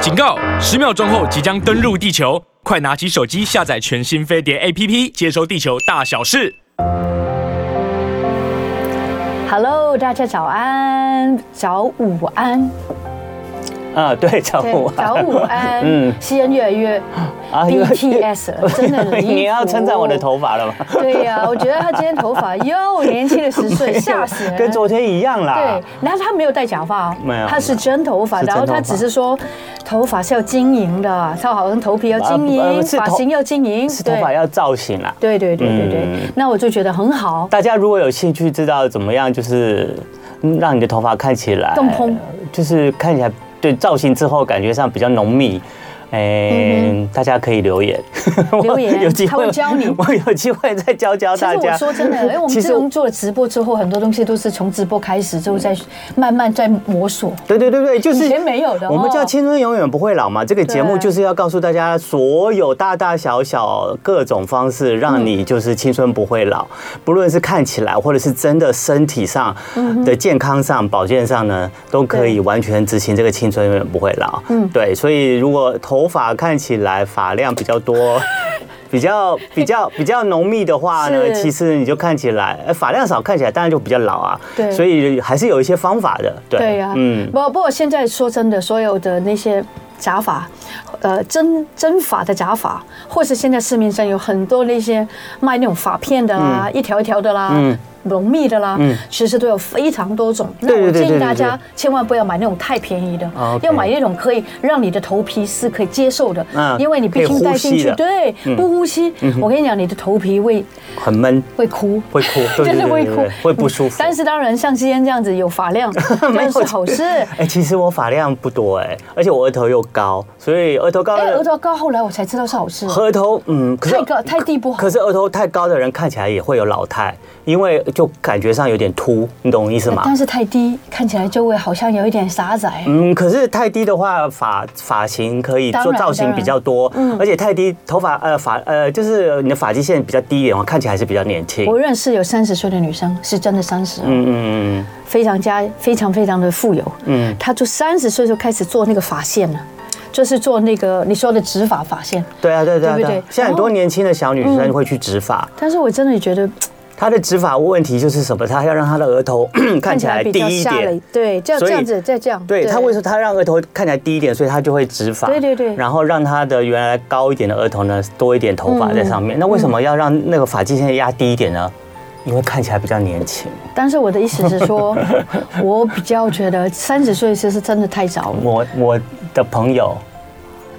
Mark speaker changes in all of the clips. Speaker 1: 警告！十秒钟后即将登陆地球，快拿起手机下载全新飞碟 APP，接收地球大小事。
Speaker 2: Hello，大家早安，早午安，
Speaker 3: 啊，对，早午安，
Speaker 2: 早午安，嗯
Speaker 3: 嗯，
Speaker 2: 西恩越来越
Speaker 3: 啊因为
Speaker 2: BTS，真的很离谱
Speaker 3: 你要称赞我的。头发了吗？
Speaker 2: 对呀、我觉得他今天头发又年轻了十 岁，吓死人。
Speaker 3: 跟昨天一样啦
Speaker 2: 对。，然后他没有戴假发哦，
Speaker 3: 没有
Speaker 2: 他是真头发，
Speaker 3: 是真
Speaker 2: 然后他
Speaker 3: 头发
Speaker 2: 只是说头发是要晶莹的，他好像头皮要晶
Speaker 3: 啊不
Speaker 2: 莹，
Speaker 3: 呃是
Speaker 2: 发
Speaker 3: 头
Speaker 2: 型要晶莹，
Speaker 3: 是头发要造型啦。
Speaker 2: 对对对对对对
Speaker 3: 嗯，
Speaker 2: 那我就觉得很好。
Speaker 3: 大家如果有兴趣知道怎么样，就是嗯让你的头发看起来
Speaker 2: 更蓬，
Speaker 3: 就是看起来对造型之后感觉上比较浓密。哎、大家可以留言，
Speaker 2: 嗯留 言
Speaker 3: 有机会
Speaker 2: 他会教你
Speaker 3: 我有机会再教教
Speaker 2: 其
Speaker 3: 大
Speaker 2: 实我
Speaker 3: 家。
Speaker 2: 说 真的，哎，我们
Speaker 3: 其
Speaker 2: 自
Speaker 3: 实我
Speaker 2: 从做了直播之后，很多东西都是从直播开始之后再慢慢在摸索。
Speaker 3: 对对对对，就是
Speaker 2: 以前没有的哦
Speaker 3: 我们叫《青春永远不会老》嘛，这个节目
Speaker 2: 对
Speaker 3: 就是要告诉大家所有大大小小各种方式，让你就是青春不会老，不论是看起来，或者是真的身体上
Speaker 2: 嗯
Speaker 3: 的健康上、保健上呢，都可以
Speaker 2: 对
Speaker 3: 完全执行这个青春永远不会老。嗯，对，所以如果头发看起来发量比较 多。比较比较比较浓密的话呢，
Speaker 2: 是
Speaker 3: 其实你就看起来，呃发量少，看起来当然就比较老啊。
Speaker 2: 对
Speaker 3: 所以还是有一些方法的。对，
Speaker 2: 对呀、
Speaker 3: 嗯，
Speaker 2: 不不过现在说真的，所有的那些假发，呃，真真发的假发，或是现在市面上有很多那些卖那种发片的啦，
Speaker 3: 嗯
Speaker 2: 一条一条的啦。浓密的啦，其实都有非常多种。那我
Speaker 3: 对对对
Speaker 2: 建议
Speaker 3: 对对
Speaker 2: 大
Speaker 3: 对
Speaker 2: 家千万不要买那种太便宜的
Speaker 3: 啊，，OK
Speaker 2: 要买那种可以让你的头皮是可以接受的
Speaker 3: 嗯，
Speaker 2: 因为你毕
Speaker 3: 可以
Speaker 2: 竟
Speaker 3: 呼
Speaker 2: 戴
Speaker 3: 吸
Speaker 2: 进去，
Speaker 3: 的嗯
Speaker 2: 对，不呼吸，我跟你讲，你的头皮会
Speaker 3: 很闷。
Speaker 2: 会哭，
Speaker 3: 会 哭，对
Speaker 2: 真的会
Speaker 3: 对对
Speaker 2: 哭
Speaker 3: 对，会不舒服。
Speaker 2: 但是当然，像今天这样子有发 量，当然是好事。
Speaker 3: 哎、其实我发量不多哎、而且我额头又高，所以额头高
Speaker 2: 哎，
Speaker 3: 的
Speaker 2: 额头高，后来我才知道是好事。
Speaker 3: 额头嗯，可是
Speaker 2: 太高太低不好
Speaker 3: 可是额头太高的人看起来也会有老态，因为就感觉上有点秃，你懂我意思
Speaker 2: 哎
Speaker 3: 吗？
Speaker 2: 但是太低看起来就会好像有一点傻仔，
Speaker 3: 嗯，可是太低的话，发发型可以
Speaker 2: 当
Speaker 3: 做
Speaker 2: 然嗯
Speaker 3: 造型比较多，而且太低头发呃发呃就是你的发际线比较低一点的话，看起来还是比较年轻。
Speaker 2: 我认识有三十岁的女生，是真的三十，
Speaker 3: 嗯嗯嗯
Speaker 2: 非常家非常非常的富有。嗯，她就三十岁就开始做那个发线了，就是做那个你说的直发发线。
Speaker 3: 嗯，对啊对啊对啊
Speaker 2: 对不
Speaker 3: 对
Speaker 2: 对
Speaker 3: 啊，现在很多
Speaker 2: 然后嗯
Speaker 3: 年轻的小女生会去植发。
Speaker 2: 但是我真的觉得
Speaker 3: 他的植发问题就是什么？他要让他的 额头看起来
Speaker 2: 比
Speaker 3: 低
Speaker 2: 较
Speaker 3: 一
Speaker 2: 下了
Speaker 3: 点。，
Speaker 2: 对，这样
Speaker 3: 所
Speaker 2: 这
Speaker 3: 以
Speaker 2: 样子再这样，
Speaker 3: 对他为什么他让额头看起来低一点，所以他就会植发。
Speaker 2: 对对对
Speaker 3: 然后让他的原来高一点的额头呢多一点头发在
Speaker 2: 嗯
Speaker 3: 上面。那为什么要让那个发际线压低一点呢？因为看起来比较年轻。
Speaker 2: 但是我的意思是 说，我比较觉得三十岁其实真的太早了，
Speaker 3: 我我的朋友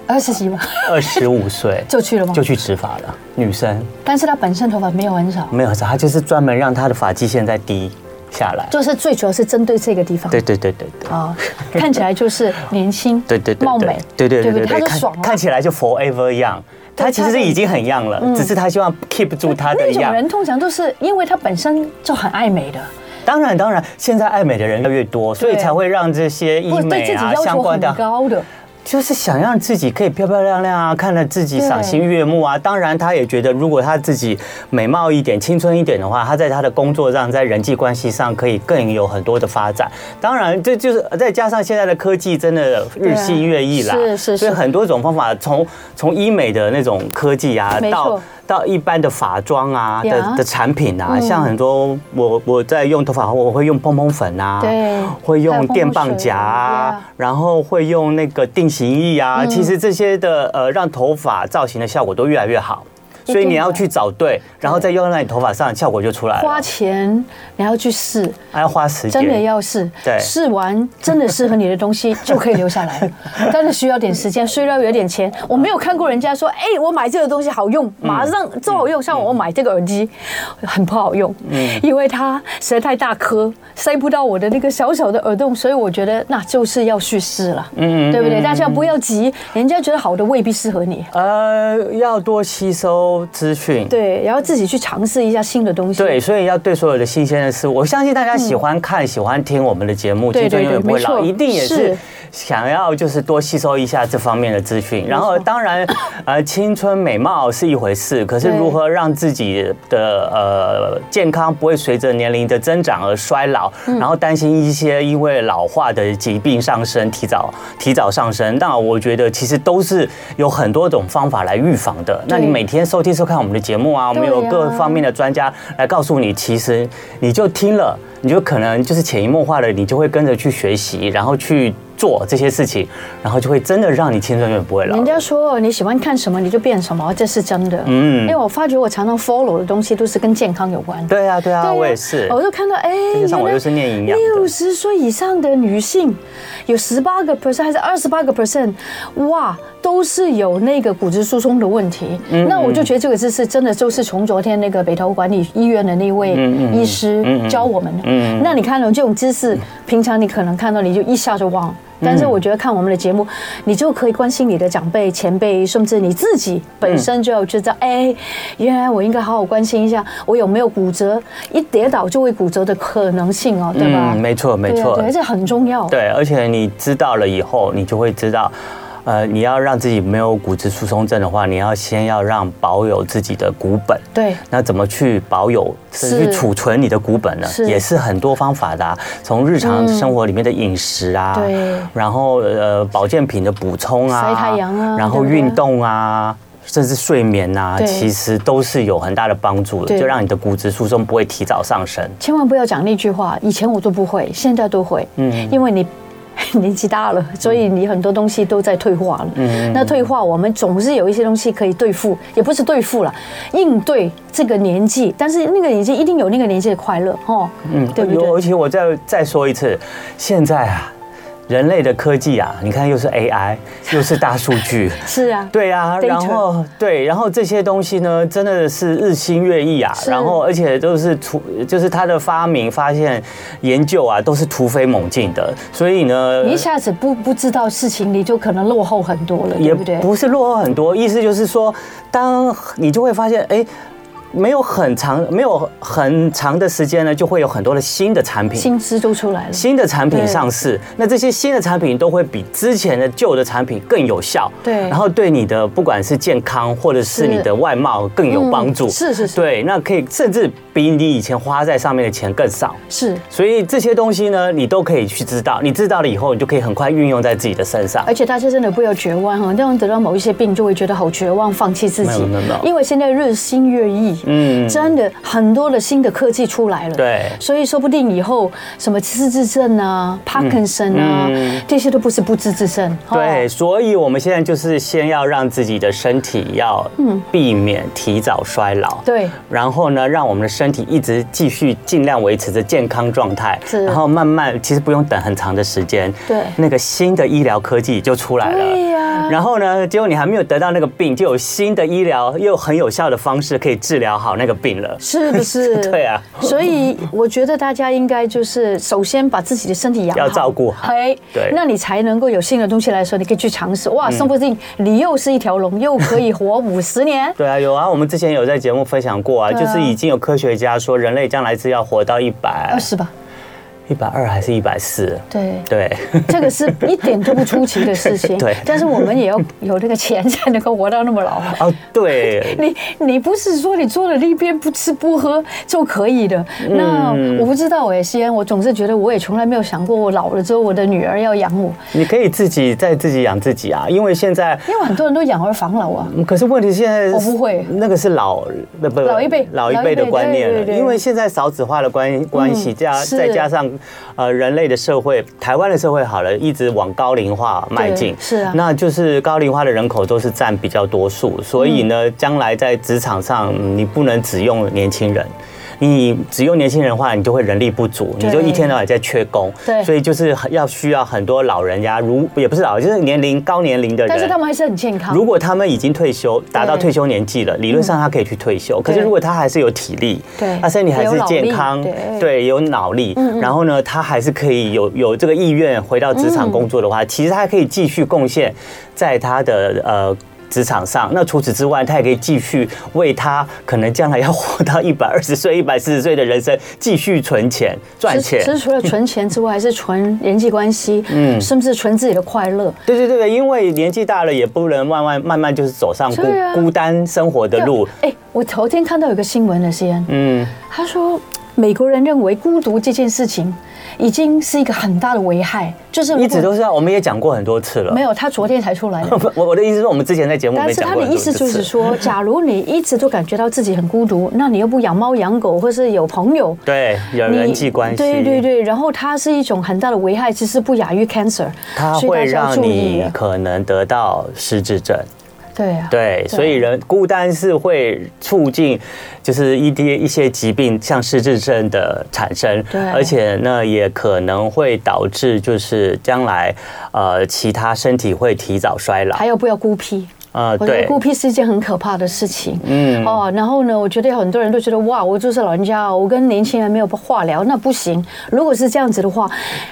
Speaker 2: 二十 几吧
Speaker 3: 二十五岁
Speaker 2: 就去了吗？
Speaker 3: 就去植发了，女生
Speaker 2: 但是他本身头发没有很少，
Speaker 3: 没有，她就是专门让她的发际线再低下来。
Speaker 2: 就是最主要是针对这个地方。
Speaker 3: 对对对对对。
Speaker 2: 啊，看起来就是年轻，
Speaker 3: 对对对，
Speaker 2: 貌美，
Speaker 3: 对对对
Speaker 2: 不
Speaker 3: 对
Speaker 2: 他
Speaker 3: 对，
Speaker 2: 就
Speaker 3: 看
Speaker 2: 爽啊了。
Speaker 3: 看起来就 forever young。他其实已经很 young 了，只是他希望 keep 住他
Speaker 2: 嗯
Speaker 3: 的
Speaker 2: 那种
Speaker 3: young。
Speaker 2: 人通常都是因为他本身就很爱美的，
Speaker 3: 当然当然，现在爱美的人越来越多，所以才会让这些医
Speaker 2: 或哦者对
Speaker 3: 美
Speaker 2: 自己
Speaker 3: 啊
Speaker 2: 要
Speaker 3: 相
Speaker 2: 求
Speaker 3: 关
Speaker 2: 很
Speaker 3: 的，
Speaker 2: 高的，
Speaker 3: 就是想让自己可以漂漂亮亮啊，看了自己赏心悦目啊。当然，他也觉得如果他自己美貌一点、青春一点的话，他在他的工作上、在人际关系上可以更有很多的发展。当然，这就是再加上现在的科技真的日新月异啦，
Speaker 2: 对啊是是
Speaker 3: 所以
Speaker 2: 是
Speaker 3: 很多种方法，从从医美的那种科技啊
Speaker 2: 没，错
Speaker 3: 到到一般的法妆啊
Speaker 2: 呀嗯
Speaker 3: 的的产品啊，像很多我我在用头发后，我会用蓬蓬粉啊，
Speaker 2: 对还有
Speaker 3: 会用
Speaker 2: 蓬蓬
Speaker 3: 电棒
Speaker 2: 水
Speaker 3: 夹
Speaker 2: 呀
Speaker 3: 啊，然后会用那个定型液啊，
Speaker 2: 嗯
Speaker 3: 其实这些的呃，让头发造型的效果都越来越好。
Speaker 2: 一定
Speaker 3: 所以你
Speaker 2: 的
Speaker 3: 要去找对，然后再用在你头发上，效果就出来
Speaker 2: 花
Speaker 3: 了。
Speaker 2: 钱你要去试，
Speaker 3: 还要花时间，
Speaker 2: 真的要试，
Speaker 3: 对
Speaker 2: 试完真的适合你的东西就可以留下 来，但是需要点时间，需要有点钱。我没有看过人家
Speaker 3: 嗯
Speaker 2: 说，哎，我买这个东西好用，马上就好用。像我买这个耳机，
Speaker 3: 嗯
Speaker 2: 很不好用，因为它实在太大颗，塞不到我的那个小小的耳洞，所以我觉得那就是要去试了，
Speaker 3: 嗯
Speaker 2: 嗯，对不对？大家不要急，人家觉得好的未必适合你。
Speaker 3: 呃，要多吸收多资讯。
Speaker 2: 对，然后自己去尝试一下新的东西。
Speaker 3: 对，所以要对所有的新鲜的事物，我相信大家喜欢看、喜欢听我们的节目，
Speaker 2: 嗯对
Speaker 3: 青春
Speaker 2: 对
Speaker 3: 永远
Speaker 2: 对
Speaker 3: 不会
Speaker 2: 没
Speaker 3: 老，
Speaker 2: 错
Speaker 3: 一定也是
Speaker 2: 是
Speaker 3: 想要就是多吸收一下这方面的资讯。然后
Speaker 2: 没错
Speaker 3: 当然，呃，青春美貌是一回事，可是
Speaker 2: 对
Speaker 3: 如何让自己的呃健康不会随着年龄的增长而衰老，
Speaker 2: 嗯
Speaker 3: 然后担心一些因为老化的疾病上升、提早提早上升，那我觉得其实都是有很多种方法来预防的。那你
Speaker 2: 对
Speaker 3: 每天收听收看我们的节目啊，我们有
Speaker 2: 对呀
Speaker 3: 各方面的专家来告诉你，其实你就听了，你就可能就是潜移默化的，你就会跟着去学习，然后去做这些事情，然后就会真的让你青春永远不会老
Speaker 2: 人。家说你喜欢看什么你就变什么，这是真的。
Speaker 3: 嗯
Speaker 2: 嗯，因为我发觉我常常 follow 的东西都是跟健康有关。
Speaker 3: 对啊，对
Speaker 2: 对
Speaker 3: 啊，
Speaker 2: 啊
Speaker 3: 我也是。
Speaker 2: 我就看到哎，
Speaker 3: 再加上我又是念营养的
Speaker 2: 六十岁以上的女性，有十八个 percent 还是二十八个 percent，哇，都是有那个骨质疏松的问题。
Speaker 3: 嗯
Speaker 2: 那我就觉得这个知识真的就是从昨天那个北投管理医院的那位
Speaker 3: 嗯嗯
Speaker 2: 医师
Speaker 3: 嗯嗯
Speaker 2: 教我们的。
Speaker 3: 嗯嗯
Speaker 2: 那你看了这种知识，平常你可能看到你就一下就忘了。但
Speaker 3: 嗯
Speaker 2: 是我觉得看我们的节目，你就可以关心你的长辈、前辈，甚至你自己本身就要知道，
Speaker 3: 嗯
Speaker 2: 哎，原来我应该好好关心一下我有没有骨折，一跌倒就会骨折的可能性哦，对吧？
Speaker 3: 嗯，没错，没
Speaker 2: 对啊
Speaker 3: 错。
Speaker 2: 对，这很重要。
Speaker 3: 对，而且你知道了以后，你就会知道，呃，你要让自己没有骨质疏松症的话，你要先要让保有自己的骨本。
Speaker 2: 对
Speaker 3: 那怎么去保有、甚至
Speaker 2: 是
Speaker 3: 去储存你的骨本呢？
Speaker 2: 是
Speaker 3: 也是很多方法的、啊，从日常生活里面的饮食啊，
Speaker 2: 嗯对
Speaker 3: 然后呃保健品的补充啊，
Speaker 2: 晒太阳啊
Speaker 3: 然后
Speaker 2: 对不对
Speaker 3: 运动啊。甚至睡眠呐、
Speaker 2: 对
Speaker 3: 其实都是有很大的帮助的，
Speaker 2: 对
Speaker 3: 就让你的骨质疏松不会提早上升。
Speaker 2: 千万不要讲那句话，以前我都不会，现在都会。嗯，因为你 年纪大了，
Speaker 3: 嗯
Speaker 2: 所以你很多东西都在退化了。嗯，那退化我们总是有一些东西可以对付，也不是对付了，应对这个年纪。但是那个年纪一定有那个年纪的快乐，哦，嗯，对不对？
Speaker 3: 尤其我再再说一次，现在啊，人类的科技啊，你看又是 AI，又是大数据。
Speaker 2: 是啊，
Speaker 3: 对啊，
Speaker 2: Data
Speaker 3: 然后对，然后这些东西呢，真的是日新月异啊。
Speaker 2: 是
Speaker 3: 然后，而且都是突，就是它的发明、发现、研究啊，都是突飞猛进的。所以呢，
Speaker 2: 你一下子不不知道事情，你就可能落后很多了，
Speaker 3: 也
Speaker 2: 对不对？
Speaker 3: 不是落后很多，意思就是说，当你就会发现，哎，没有很长，没有很长的时间呢，就会有很多的新的产品。
Speaker 2: 薪资都出来了，
Speaker 3: 新的产品
Speaker 2: 对
Speaker 3: 上市，那这些新的产品都会比之前的旧的产品更有效，
Speaker 2: 对
Speaker 3: 然后对你的不管是健康或者是
Speaker 2: 是
Speaker 3: 你的外貌更有帮助，
Speaker 2: 嗯是是是
Speaker 3: 对，那可以甚至比你以前花在上面的钱更少，
Speaker 2: 是。
Speaker 3: 所以这些东西呢，你都可以去知道，你知道了以后，你就可以很快运用在自己的身上
Speaker 2: 而，且大家真的不要绝望哈，这样得到某一些病就会觉得好绝望，放弃自己
Speaker 3: 没有没有。
Speaker 2: 因为现在日新月异，
Speaker 3: 嗯
Speaker 2: 嗯，真的很多的新的科技出来了，
Speaker 3: 对
Speaker 2: 所以说不定以后什么失智症啊、帕金森啊，这些都不是不治之症。
Speaker 3: 嗯对，
Speaker 2: 哦，
Speaker 3: 所以我们现在就是先要让自己的身体要避免提早衰老，
Speaker 2: 嗯对
Speaker 3: 然后呢，让我们的身体一直继续尽量维持着健康状态，
Speaker 2: 是
Speaker 3: 然后慢慢其实不用等很长的时间，
Speaker 2: 对
Speaker 3: 那个新的医疗科技就出来了，
Speaker 2: 对呀
Speaker 3: 然后呢，结果你还没有得到那个病，就有新的医疗又很有效的方式可以治疗好那个病了，
Speaker 2: 是不是？
Speaker 3: 对啊，
Speaker 2: 所以我觉得大家应该就是首先把自己的身体养好，
Speaker 3: 要照顾好
Speaker 2: 嘿，
Speaker 3: 对嗯
Speaker 2: 那你才能够有新的东西来说，你可以去尝试。哇，说不定你又是一条龙，又可以活五十年。
Speaker 3: 对啊，有啊，我们之前有在节目分享过啊，
Speaker 2: 对啊
Speaker 3: 就是已经有科学家说人类将来是要活到一百
Speaker 2: 二十呃吧，
Speaker 3: 一百二还是一百四，
Speaker 2: 对，
Speaker 3: 对。
Speaker 2: 这个是一点都不出奇的事情。
Speaker 3: 对
Speaker 2: 但是我们也要有那个钱才能够活到那么老。
Speaker 3: 哦，对，
Speaker 2: 你你不是说你坐在那边不吃不喝就可以的？那
Speaker 3: 嗯
Speaker 2: 我不知道哎，西安，我总是觉得我也从来没有想过，我老了之后我的女儿要养我，
Speaker 3: 你可以自己再自己养自己啊，因为现在。
Speaker 2: 因为很多人都养儿防老啊。
Speaker 3: 嗯可是问题现在
Speaker 2: 我不会
Speaker 3: 那个是老不不
Speaker 2: 老一辈
Speaker 3: 老一辈的
Speaker 2: 老一辈
Speaker 3: 观念
Speaker 2: 对对
Speaker 3: 了，
Speaker 2: 对
Speaker 3: 因为现在少子化的关关系，加
Speaker 2: 是
Speaker 3: 再加上呃人类的社会，台湾的社会好了，一直往高龄化迈进，
Speaker 2: 是啊
Speaker 3: 那就是高龄化的人口都是占比较多数，所以
Speaker 2: 嗯
Speaker 3: 呢，将来在职场上嗯你不能只用年轻人。你只用年轻人的话，你就会人力不足，你就一天到晚在缺工，
Speaker 2: 对
Speaker 3: 所以就是很要需要很多老人家，如也不是老，就是年龄高年龄的人，
Speaker 2: 但是他们还是很健康
Speaker 3: 如。果他们已经退休，达到
Speaker 2: 对嗯
Speaker 3: 退休年纪了，理论上他可以去退休。可是
Speaker 2: 对
Speaker 3: 如果他还是有体力，啊
Speaker 2: 对
Speaker 3: 他身体还是
Speaker 2: 有脑力
Speaker 3: 健康，
Speaker 2: 对嗯
Speaker 3: 对，有脑力，然后呢，他还是可以有有
Speaker 2: 嗯
Speaker 3: 这个意愿回到职场工作的话，其实他可以继续贡献在他的呃。职场上。那除此之外，他也可以继续为他可能将来要活到一百二十岁、一 百四十岁的人生继续存钱赚钱。
Speaker 2: 其实除了存钱之外，还是存人际关系，嗯，甚至存自己的快乐。
Speaker 3: 对对对对，因为年纪大了，也不能慢慢慢慢就是走上孤、
Speaker 2: 对啊
Speaker 3: 孤单生活的路。
Speaker 2: 哎、我头天看到有个新闻的西安，
Speaker 3: 嗯，
Speaker 2: 他说美国人认为孤独这件事情已经是一个很大的危害，就是如果
Speaker 3: 一直都是啊，我们也讲过很多次了。
Speaker 2: 嗯没有，他昨天才出来的。
Speaker 3: 我我的意思是我们之前在节目
Speaker 2: 但
Speaker 3: 没
Speaker 2: 是
Speaker 3: 讲
Speaker 2: 他
Speaker 3: 过
Speaker 2: 的
Speaker 3: 很
Speaker 2: 意
Speaker 3: 多
Speaker 2: 思就是
Speaker 3: 次
Speaker 2: 说，假如你一直都感觉到自己很孤独，那你又不养猫养狗，或是有朋友，
Speaker 3: 对有人
Speaker 2: 你
Speaker 3: 际关系，
Speaker 2: 对对对，然后它是一种很大的危害，其实不亚于 cancer，
Speaker 3: 它
Speaker 2: 所以大
Speaker 3: 会
Speaker 2: 家要
Speaker 3: 让
Speaker 2: 注意
Speaker 3: 你
Speaker 2: 了
Speaker 3: 可能得到失智症。
Speaker 2: 对啊，
Speaker 3: 对，所以人孤单是会促进，就是一些一些疾病，像失智症的产生，
Speaker 2: 对
Speaker 3: 而且呢也可能会导致就是将来呃其他身体会提早衰老
Speaker 2: 还，有不要孤僻。
Speaker 3: 呃
Speaker 2: 我觉得
Speaker 3: 对
Speaker 2: 孤僻是一件很可怕的事情，
Speaker 3: 嗯
Speaker 2: 嗯哦，然后呢，我觉得很多人都觉得哇，我就是老人家，我跟年轻人没有话聊，那不行。如果是这样子的话，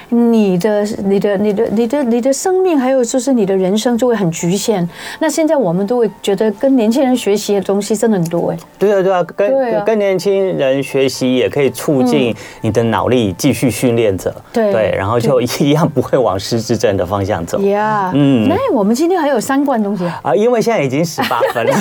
Speaker 2: 你的、你的、你的、你的、你的生命，还有就是你的人生就会很局限。那现在我们都会觉得跟年轻人学习的东西真的很多哎，
Speaker 3: 对啊对啊，
Speaker 2: 对啊嗯
Speaker 3: 跟跟年轻人学习也可以促进你的脑力继续训练着，
Speaker 2: 对
Speaker 3: 然后就一样不会往失智症的方向走。
Speaker 2: 呀，
Speaker 3: 嗯
Speaker 2: 那我们今天还有三罐东西啊。
Speaker 3: 啊，因为现在已经十八分 了，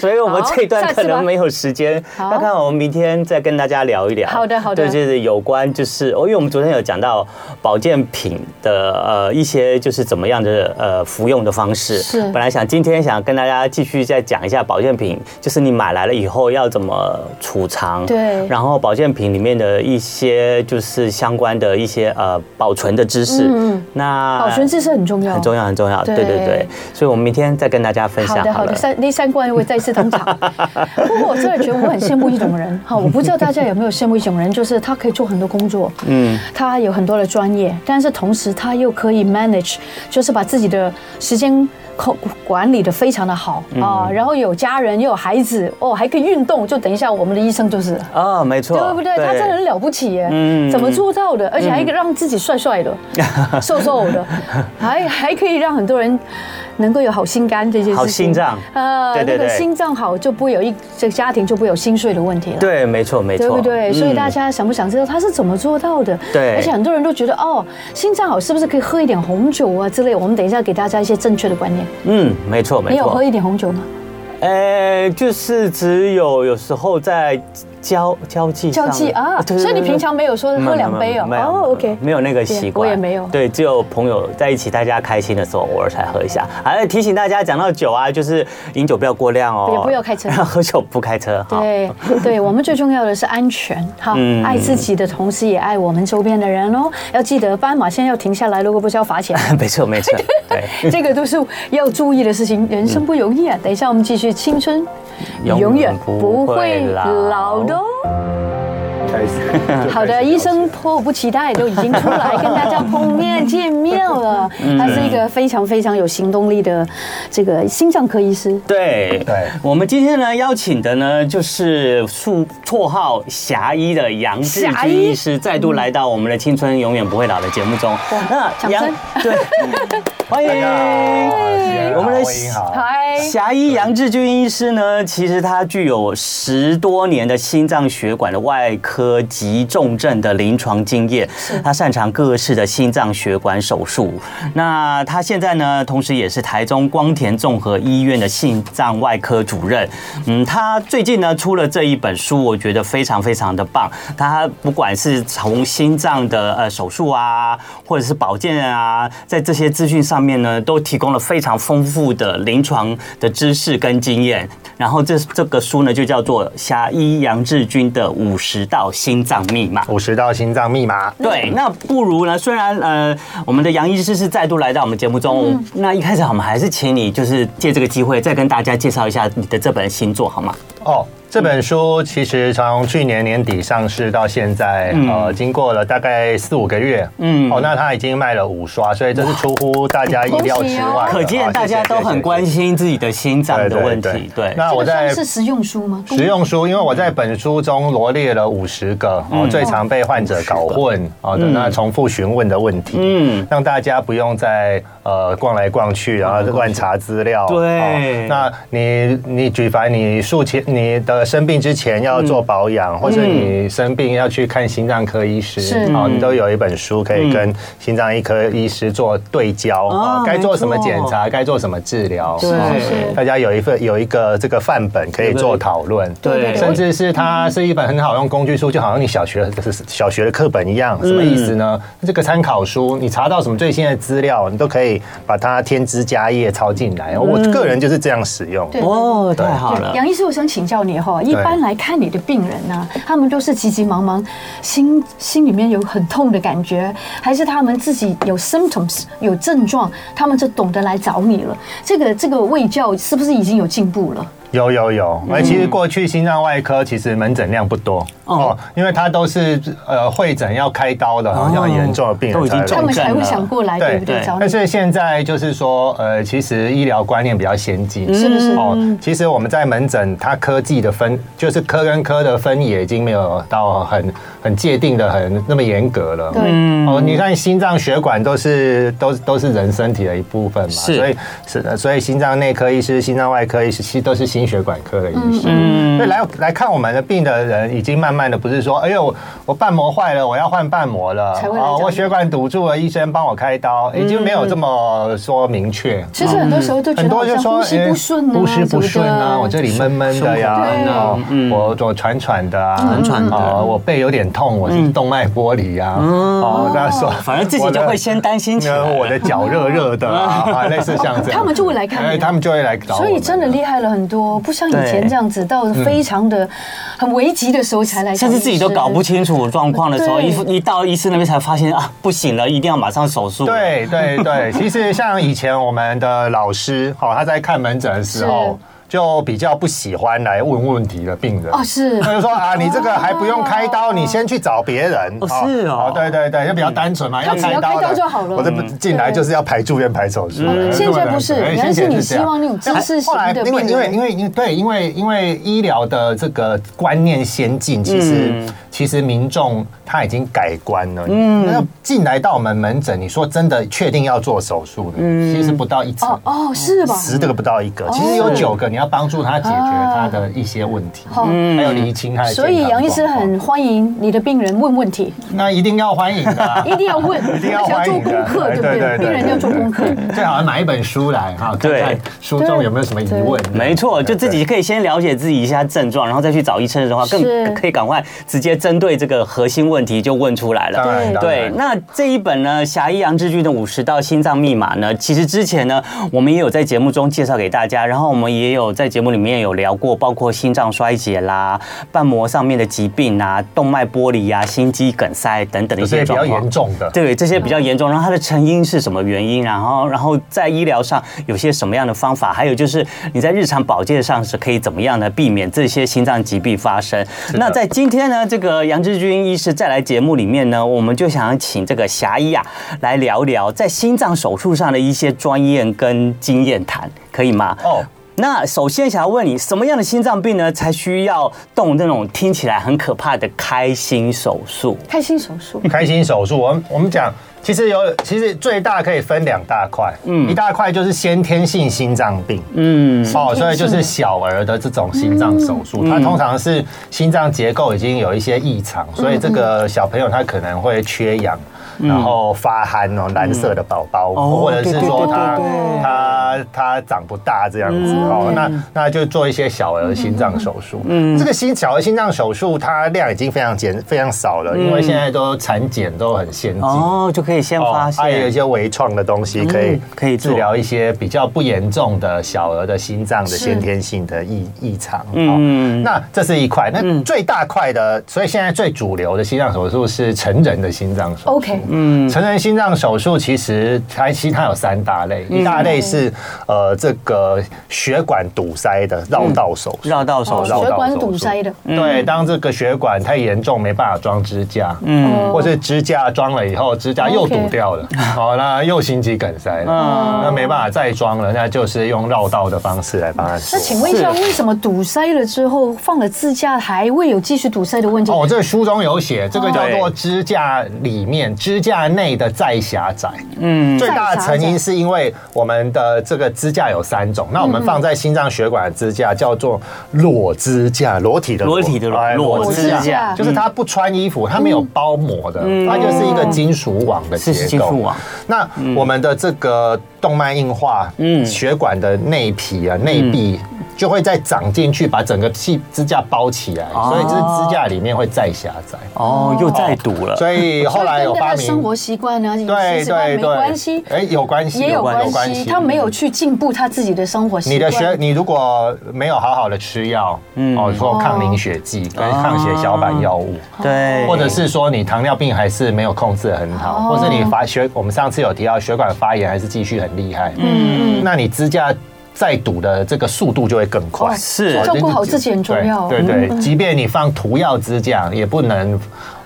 Speaker 3: 所以我们
Speaker 2: 好
Speaker 3: 这一段
Speaker 2: 下次
Speaker 3: 可
Speaker 2: 吧
Speaker 3: 能没有时间。
Speaker 2: 好
Speaker 3: 那看我们明天再跟大家聊一聊。
Speaker 2: 好的好的
Speaker 3: 对，就是有关就是哦，因为我们昨天有讲到保健品的呃一些就是怎么样的呃服用的方式。
Speaker 2: 是
Speaker 3: 本来想今天想跟大家继续再讲一下保健品，就是你买来了以后要怎么储藏。
Speaker 2: 对
Speaker 3: 然后保健品里面的一些就是相关的一些呃保存的知识。
Speaker 2: 嗯嗯
Speaker 3: 那
Speaker 2: 保存知识很重要，
Speaker 3: 很重要，很重要。对
Speaker 2: 对
Speaker 3: 对对，所以我们明天再跟大家分享
Speaker 2: 好的，
Speaker 3: 好
Speaker 2: 好
Speaker 3: 了
Speaker 2: 的，。三第三关我再次登场。 不过我真的觉得我很羡慕一种人，哈，我不知道大家有没有羡慕一种人，就是他可以做很多工作，嗯，他有很多的专业，但是同时他又可以 manage，就是把自己的时间。控管理的非常的好
Speaker 3: 嗯
Speaker 2: 啊，然后有家人又有孩子哦，还可以运动，就等一下我们的医生就是了，
Speaker 3: 哦，没错，
Speaker 2: 对不对？他真的很了不起耶，
Speaker 3: 嗯
Speaker 2: 怎么做到的？而且还可以让自己帅帅的、瘦瘦 的，还还可以让很多人能够有好心肝这件事情。
Speaker 3: 好心脏
Speaker 2: 呃，
Speaker 3: 对对
Speaker 2: 那个
Speaker 3: 对
Speaker 2: 心脏好就不会有一这个家庭就不会有心碎的问题了。
Speaker 3: 对，没错，没错，
Speaker 2: 对不对？
Speaker 3: 嗯
Speaker 2: 所以大家想不想知道他是怎么做到的？
Speaker 3: 对
Speaker 2: 而且很多人都觉得哦，心脏好是不是可以喝一点红酒啊之类？我们等一下给大家一些正确的观念。
Speaker 3: 嗯，没错，
Speaker 2: 你
Speaker 3: 没
Speaker 2: 有喝
Speaker 3: 错。
Speaker 2: 一点红酒吗？
Speaker 3: 呃，就是只有有时候在交交际上
Speaker 2: 交际啊，
Speaker 3: 对对对
Speaker 2: 所以你
Speaker 3: 对
Speaker 2: 平常没有说
Speaker 3: 没有
Speaker 2: 喝两杯哦？
Speaker 3: 没有没有
Speaker 2: 哦，OK，
Speaker 3: 没有那个习惯，
Speaker 2: 我也没有
Speaker 3: 对，只有朋友在一起，大家开心的时候偶尔才喝一下。还提醒大家，讲到酒啊，就是饮酒不要过量哦，
Speaker 2: 也不要开车
Speaker 3: 喝酒不开车。好，
Speaker 2: 对对，我们最重要的是安 全哈，
Speaker 3: 嗯
Speaker 2: 爱自己的同时也爱我们周边的人哦。要记得斑马线要停下来，如果不是要罚 钱。
Speaker 3: 没错，没错，对。
Speaker 2: 这个都是要注意的事情，人生不容易啊！等一下我们继续，青春
Speaker 3: 永远
Speaker 2: 永远
Speaker 3: 不
Speaker 2: 不
Speaker 3: 会
Speaker 2: 会
Speaker 3: 老
Speaker 2: 老的哦。
Speaker 4: 开 始。
Speaker 2: 好的，医生迫不及待都已经出来跟大家碰面见面 了。
Speaker 4: 嗯
Speaker 2: 他是一个非常非常有行动力的这个心脏科医师。
Speaker 3: 对
Speaker 4: 对
Speaker 3: 我们今天呢邀请的呢就是绰绰号侠医的杨志
Speaker 2: 侠
Speaker 3: 军
Speaker 2: 医
Speaker 3: 医师再度来到我们的《青春永远不会老》的节目中。
Speaker 2: 掌声
Speaker 3: 对，
Speaker 4: 嗯
Speaker 3: 欢迎
Speaker 4: 我们的魏英好，
Speaker 2: 嗨，
Speaker 3: 侠医杨志军医师呢，其实他具有十多年的心脏血管的外科急重症的临床经验，他擅长各式的心脏血管手术。那他现在呢，同时也是台中光田综合医院的心脏外科主任。嗯，他最近呢出了这一本书，我觉得非常非常的棒。他不管是从心脏的呃手术啊，或者是保健啊，在这些资讯上面呢，都提供了非常丰富的临床的知识跟经验。然后这这个书呢，就叫做《侠医杨志军的五十道心脏密码》。
Speaker 4: 五十道心脏密码。
Speaker 3: 对，那不如呢？虽然呃，我们的杨医师是再度来到我们节目中，那一开始我们还是请你就是借这个机会再跟大家介绍一下你的这本新作好吗？
Speaker 4: 哦，这本书其实从去年年底上市到现在，
Speaker 3: 嗯
Speaker 4: 呃，经过了大概四五个月，嗯，哦，那它已经卖了五刷，所以这是出乎大家意料之外的，
Speaker 3: 啊可见
Speaker 4: 哦
Speaker 3: 大家都很关。心自己的心脏的问
Speaker 4: 对
Speaker 3: 题
Speaker 4: 对，
Speaker 3: 对。
Speaker 4: 那
Speaker 2: 这
Speaker 4: 我
Speaker 2: 个算
Speaker 4: 在
Speaker 2: 是实用书吗？
Speaker 4: 实用书，因为我在本书中罗列了五十个哦最常被患者搞混哦的那重复询问的问题，嗯，让大家不用再呃逛来逛去，然后乱查资料。哦
Speaker 3: 对
Speaker 4: 那你你举凡你术前你的生病之前要做保养，或者你生病要去看心脏科医师，
Speaker 2: 是
Speaker 4: 哦，你都有一本书可以跟心脏医科医师做对焦，
Speaker 3: 哦
Speaker 4: 哦，该做什么
Speaker 3: 没错
Speaker 4: 检查，该做什么治疗，
Speaker 3: 对
Speaker 4: 哦
Speaker 2: 是是
Speaker 4: 大家有一份有一个这个范本可以做讨论，
Speaker 3: 对对对
Speaker 4: 甚至是它是一本很好用工具书，就好像你小学的小学的课本一样，什么意思呢？
Speaker 3: 嗯
Speaker 4: 这个参考书，你查到什么最新的资料，你都可以把它添枝加叶抄进
Speaker 3: 嗯
Speaker 4: 来。我个人就是这样使用。
Speaker 2: 对
Speaker 3: 哦，太好了
Speaker 2: 对，。杨医师，我想请教你哈，一般来看你的病人呢、他们都是急急忙忙，心心里面有很痛的感觉，还是他们自己有 symptoms 有症状，他们就懂得来找你了？这个这个卫教是不是已经有进步了？
Speaker 4: 有有有，哎，其实过去心脏外科其实门诊量不多
Speaker 3: 哦
Speaker 4: 哦，因为它都是呃会诊要开刀的，好像严重的病
Speaker 3: 哦都
Speaker 4: 人
Speaker 3: 已经
Speaker 4: 才
Speaker 3: 重
Speaker 2: 他
Speaker 4: 来
Speaker 2: 们才
Speaker 3: 重症
Speaker 2: 会
Speaker 3: 了
Speaker 2: 想过来，
Speaker 4: 对
Speaker 2: 对不对？
Speaker 3: 对
Speaker 2: 找
Speaker 4: 但
Speaker 2: 你
Speaker 4: 是现在就是说，呃，其实医疗观念比较先进，
Speaker 2: 嗯是不是？
Speaker 4: 哦，其实我们在门诊，它科技的分就是科跟科的分野已经没有到很很界定的很那么严格了。
Speaker 2: 对，嗯
Speaker 4: 哦，你看心脏血管都是都都是人身体的一部分嘛，
Speaker 3: 是
Speaker 4: 所以是的，所以心脏内科医师、心脏外科医师其实都是心血管科的医
Speaker 2: 嗯
Speaker 4: 师。所以来来看我们的病的人，已经慢慢的不是说，哎呦，我瓣膜坏了，我要换瓣膜了，啊
Speaker 2: 才会来找
Speaker 4: 我
Speaker 2: 你
Speaker 4: 血管堵住了，医生帮我开刀，已经没有这么说明确。嗯
Speaker 2: 其实很多时候都觉
Speaker 4: 很
Speaker 2: 得
Speaker 4: 多
Speaker 2: 好
Speaker 4: 就
Speaker 2: 像
Speaker 4: 说哎
Speaker 2: 呼吸不顺啊，
Speaker 4: 呼吸不
Speaker 2: 什
Speaker 4: 顺
Speaker 2: 么
Speaker 4: 啊，
Speaker 2: 的
Speaker 4: 我这里闷闷的呀，
Speaker 2: 对
Speaker 4: 然后我我喘喘的啊，
Speaker 3: 嗯喘喘的
Speaker 4: 哦我背有点痛，我是动脉剥离呀，哦，那说
Speaker 3: 嗯反正自己就会先担心起来
Speaker 4: 那我的脚热热的 啊，啊类似像这样，
Speaker 2: 他们就会来看你
Speaker 4: 哎他们就会来找我
Speaker 2: 所
Speaker 4: 们，
Speaker 2: 以真的厉害了很多，不像以前
Speaker 3: 对
Speaker 2: 这样子，到非常的很危急的时候才来找
Speaker 3: 甚
Speaker 2: 医师，
Speaker 3: 至自己都搞不清楚状况的时候，
Speaker 2: 对
Speaker 3: 一一到医师那边才发现啊，不行了，一定要马上手术。，
Speaker 4: 对对对，其实像以前我们的老师，哦，他在看门诊的时候，就比较不喜欢来问问题的病人。
Speaker 2: 哦，是
Speaker 4: 他就说啊，你这个还不用开刀，你先去找别人。
Speaker 3: 哦是哦
Speaker 4: 对对对，就比较单纯嘛，
Speaker 2: 嗯他只要开刀
Speaker 4: 的
Speaker 2: 就好了
Speaker 4: 我这不进来
Speaker 2: 对
Speaker 4: 就是要排住院排手术
Speaker 2: 嗯。现在不是
Speaker 4: 对
Speaker 2: 原来是你
Speaker 4: 现在这样
Speaker 2: 希望那种知识型
Speaker 4: 后来
Speaker 2: 的
Speaker 4: 因为
Speaker 2: 病人
Speaker 4: 因为因为因为对，因为因为医疗的这个观念先进，其实
Speaker 2: 嗯
Speaker 4: 其实民众他已经改观了。嗯，那进来到我们门诊，你说真的确定要做手术的，其实不到一成
Speaker 2: 哦。哦是吧？哦
Speaker 4: 十个不到一个，其实有九个，你要帮助他解决他的一些问题，嗯
Speaker 2: 好
Speaker 4: 还有厘清他的健康
Speaker 2: 哦所以杨医师
Speaker 4: 状况
Speaker 2: 很欢迎你的病人问问题，
Speaker 4: 那一定要欢迎的啊、
Speaker 2: 一定要问，
Speaker 4: 一定要
Speaker 2: 而且要
Speaker 4: 欢
Speaker 2: 做
Speaker 4: 迎的啊
Speaker 2: 功课，对不对？病人要做功课。
Speaker 4: 最好买一本书来哈，看
Speaker 3: 对
Speaker 4: 看书中有没有什么疑问。
Speaker 3: 没错，就自己
Speaker 4: 对。
Speaker 3: 可以先了解自己一下症状，然后再去找医生的话，
Speaker 2: 是
Speaker 3: 更可以赶快直接针对这个核心问题就问出来了。
Speaker 4: 当然，当
Speaker 3: 对
Speaker 4: 然，
Speaker 3: 那这一本呢，《侠医杨志军的五十道心脏密码》呢，其实之前呢，我们也有在节目中介绍给大家，然后我们也有在节目里面有聊过，包括心脏衰竭啦、瓣膜上面的疾病啊、动脉剥离啊、心肌梗塞等等的
Speaker 4: 有
Speaker 3: 一
Speaker 4: 些
Speaker 3: 些
Speaker 4: 比
Speaker 3: 状
Speaker 4: 较
Speaker 3: 况
Speaker 4: 严。重的。
Speaker 3: 对，这些比较严重，然后它的成因是什么原因？然后，然后在医疗上有些什么样的方法？还有就是你在日常保健上是可以怎么样的避免这些心脏疾病发生？
Speaker 4: 的
Speaker 3: 那在今天呢，这个杨志军医师再来节目里面呢，我们就想请这个霞医啊来聊聊在心脏手术上的一些专业跟经验谈，可以吗？
Speaker 4: 哦，
Speaker 3: 那首先想要问你，什么样的心脏病呢，才需要动那种听起来很可怕的开心手术？
Speaker 2: 开心手术，
Speaker 4: 开心手术，我们我们讲，其实有，其实最大可以分两大块，嗯，一大块就是先天性心脏病，嗯，哦，所以就是小儿的这种心脏手术，
Speaker 3: 嗯
Speaker 4: 它通常是心脏结构已经有一些异
Speaker 3: 嗯
Speaker 4: 常，所以这个小朋友他可能会缺氧。然后发憨哦，蓝色的宝宝，
Speaker 3: 哦
Speaker 4: 或者是说他
Speaker 3: 对对对嗯对
Speaker 4: 他他长不大这样子哦，那那就做一些小儿心脏手术。嗯，这个心小儿心脏手术它量已经非常减非常少了，因为现在都产检都很先进。
Speaker 3: 嗯哦，就可以先发
Speaker 4: 哦，
Speaker 3: 现。
Speaker 4: 它也有一些微创的东西可以
Speaker 3: 嗯可以做
Speaker 4: 治疗一些比较不严重的小儿的心脏的先天性的异异常。嗯，那这是一块，
Speaker 3: 嗯
Speaker 4: 那最大块的，所以现在最主流的心脏手术是成人的心脏手术。
Speaker 2: OK
Speaker 4: 嗯，成人心脏手术其实它其实它有三大类，一大类是呃这个血管堵塞的嗯绕嗯道手术。
Speaker 3: 绕道手
Speaker 2: 哦
Speaker 3: 术，
Speaker 4: 绕道
Speaker 2: 血管
Speaker 4: 手术
Speaker 2: 堵塞的
Speaker 4: 对，当这个血管太严重，没办法装支架，
Speaker 2: 哦
Speaker 4: 嗯，或是支架装了以后，支架又堵掉了，好，那又心肌梗塞了，那没办法再装了，那就是用绕道的方式来帮他
Speaker 2: 那
Speaker 4: 做。
Speaker 2: 请问一下，为什么堵塞了之后放了支架还会有继续堵塞的问题？
Speaker 4: 哦，这个书中有写，这个叫做
Speaker 3: 对
Speaker 4: 支架里面支架内的再狭窄。嗯，最大的成因是因为我们的这个支架有三种，那我们放在心脏血管的支架叫做裸支架，裸体的
Speaker 3: 裸体的裸
Speaker 4: 哎
Speaker 3: 裸嗯
Speaker 2: 支架
Speaker 4: 就是它不穿衣服，它没有包膜的，它就是一个金属网的结
Speaker 3: 是
Speaker 4: 构。
Speaker 3: 金属网
Speaker 4: 那我们的这个动脉硬化，嗯，血管的内皮啊、
Speaker 2: 嗯
Speaker 4: 内壁就会再长进去，把整个气支架包起来，
Speaker 3: 哦
Speaker 4: 所以这支架里面会再狭窄。
Speaker 3: 哦，又再堵
Speaker 2: 呃
Speaker 3: 了，
Speaker 4: 所以后来有
Speaker 2: 跟
Speaker 4: 发
Speaker 2: 他的
Speaker 4: 明，
Speaker 2: 生活习惯啊呢、饮食
Speaker 4: 对
Speaker 2: 习惯
Speaker 4: 对
Speaker 2: 没
Speaker 4: 对，
Speaker 2: 关系，
Speaker 4: 哎，有关系，
Speaker 2: 也有关系。他没有去进步他自己的生活习
Speaker 4: 你
Speaker 2: 惯。
Speaker 4: 的血，你如果没有好好的吃药，
Speaker 2: 嗯
Speaker 4: 哦，说抗凝血剂跟
Speaker 2: 哦
Speaker 4: 抗血小板药物，
Speaker 3: 对，
Speaker 4: 或者是说你糖尿病还是没有控制得很
Speaker 2: 哦
Speaker 4: 好，或是你发血，我们上次有提到血管发炎还是继续很厉害，嗯，那你支架再堵的这个速度就会更快。
Speaker 3: 是
Speaker 2: 照顾好自己很重要哦
Speaker 4: 对对对，即便你放涂药支架，也不能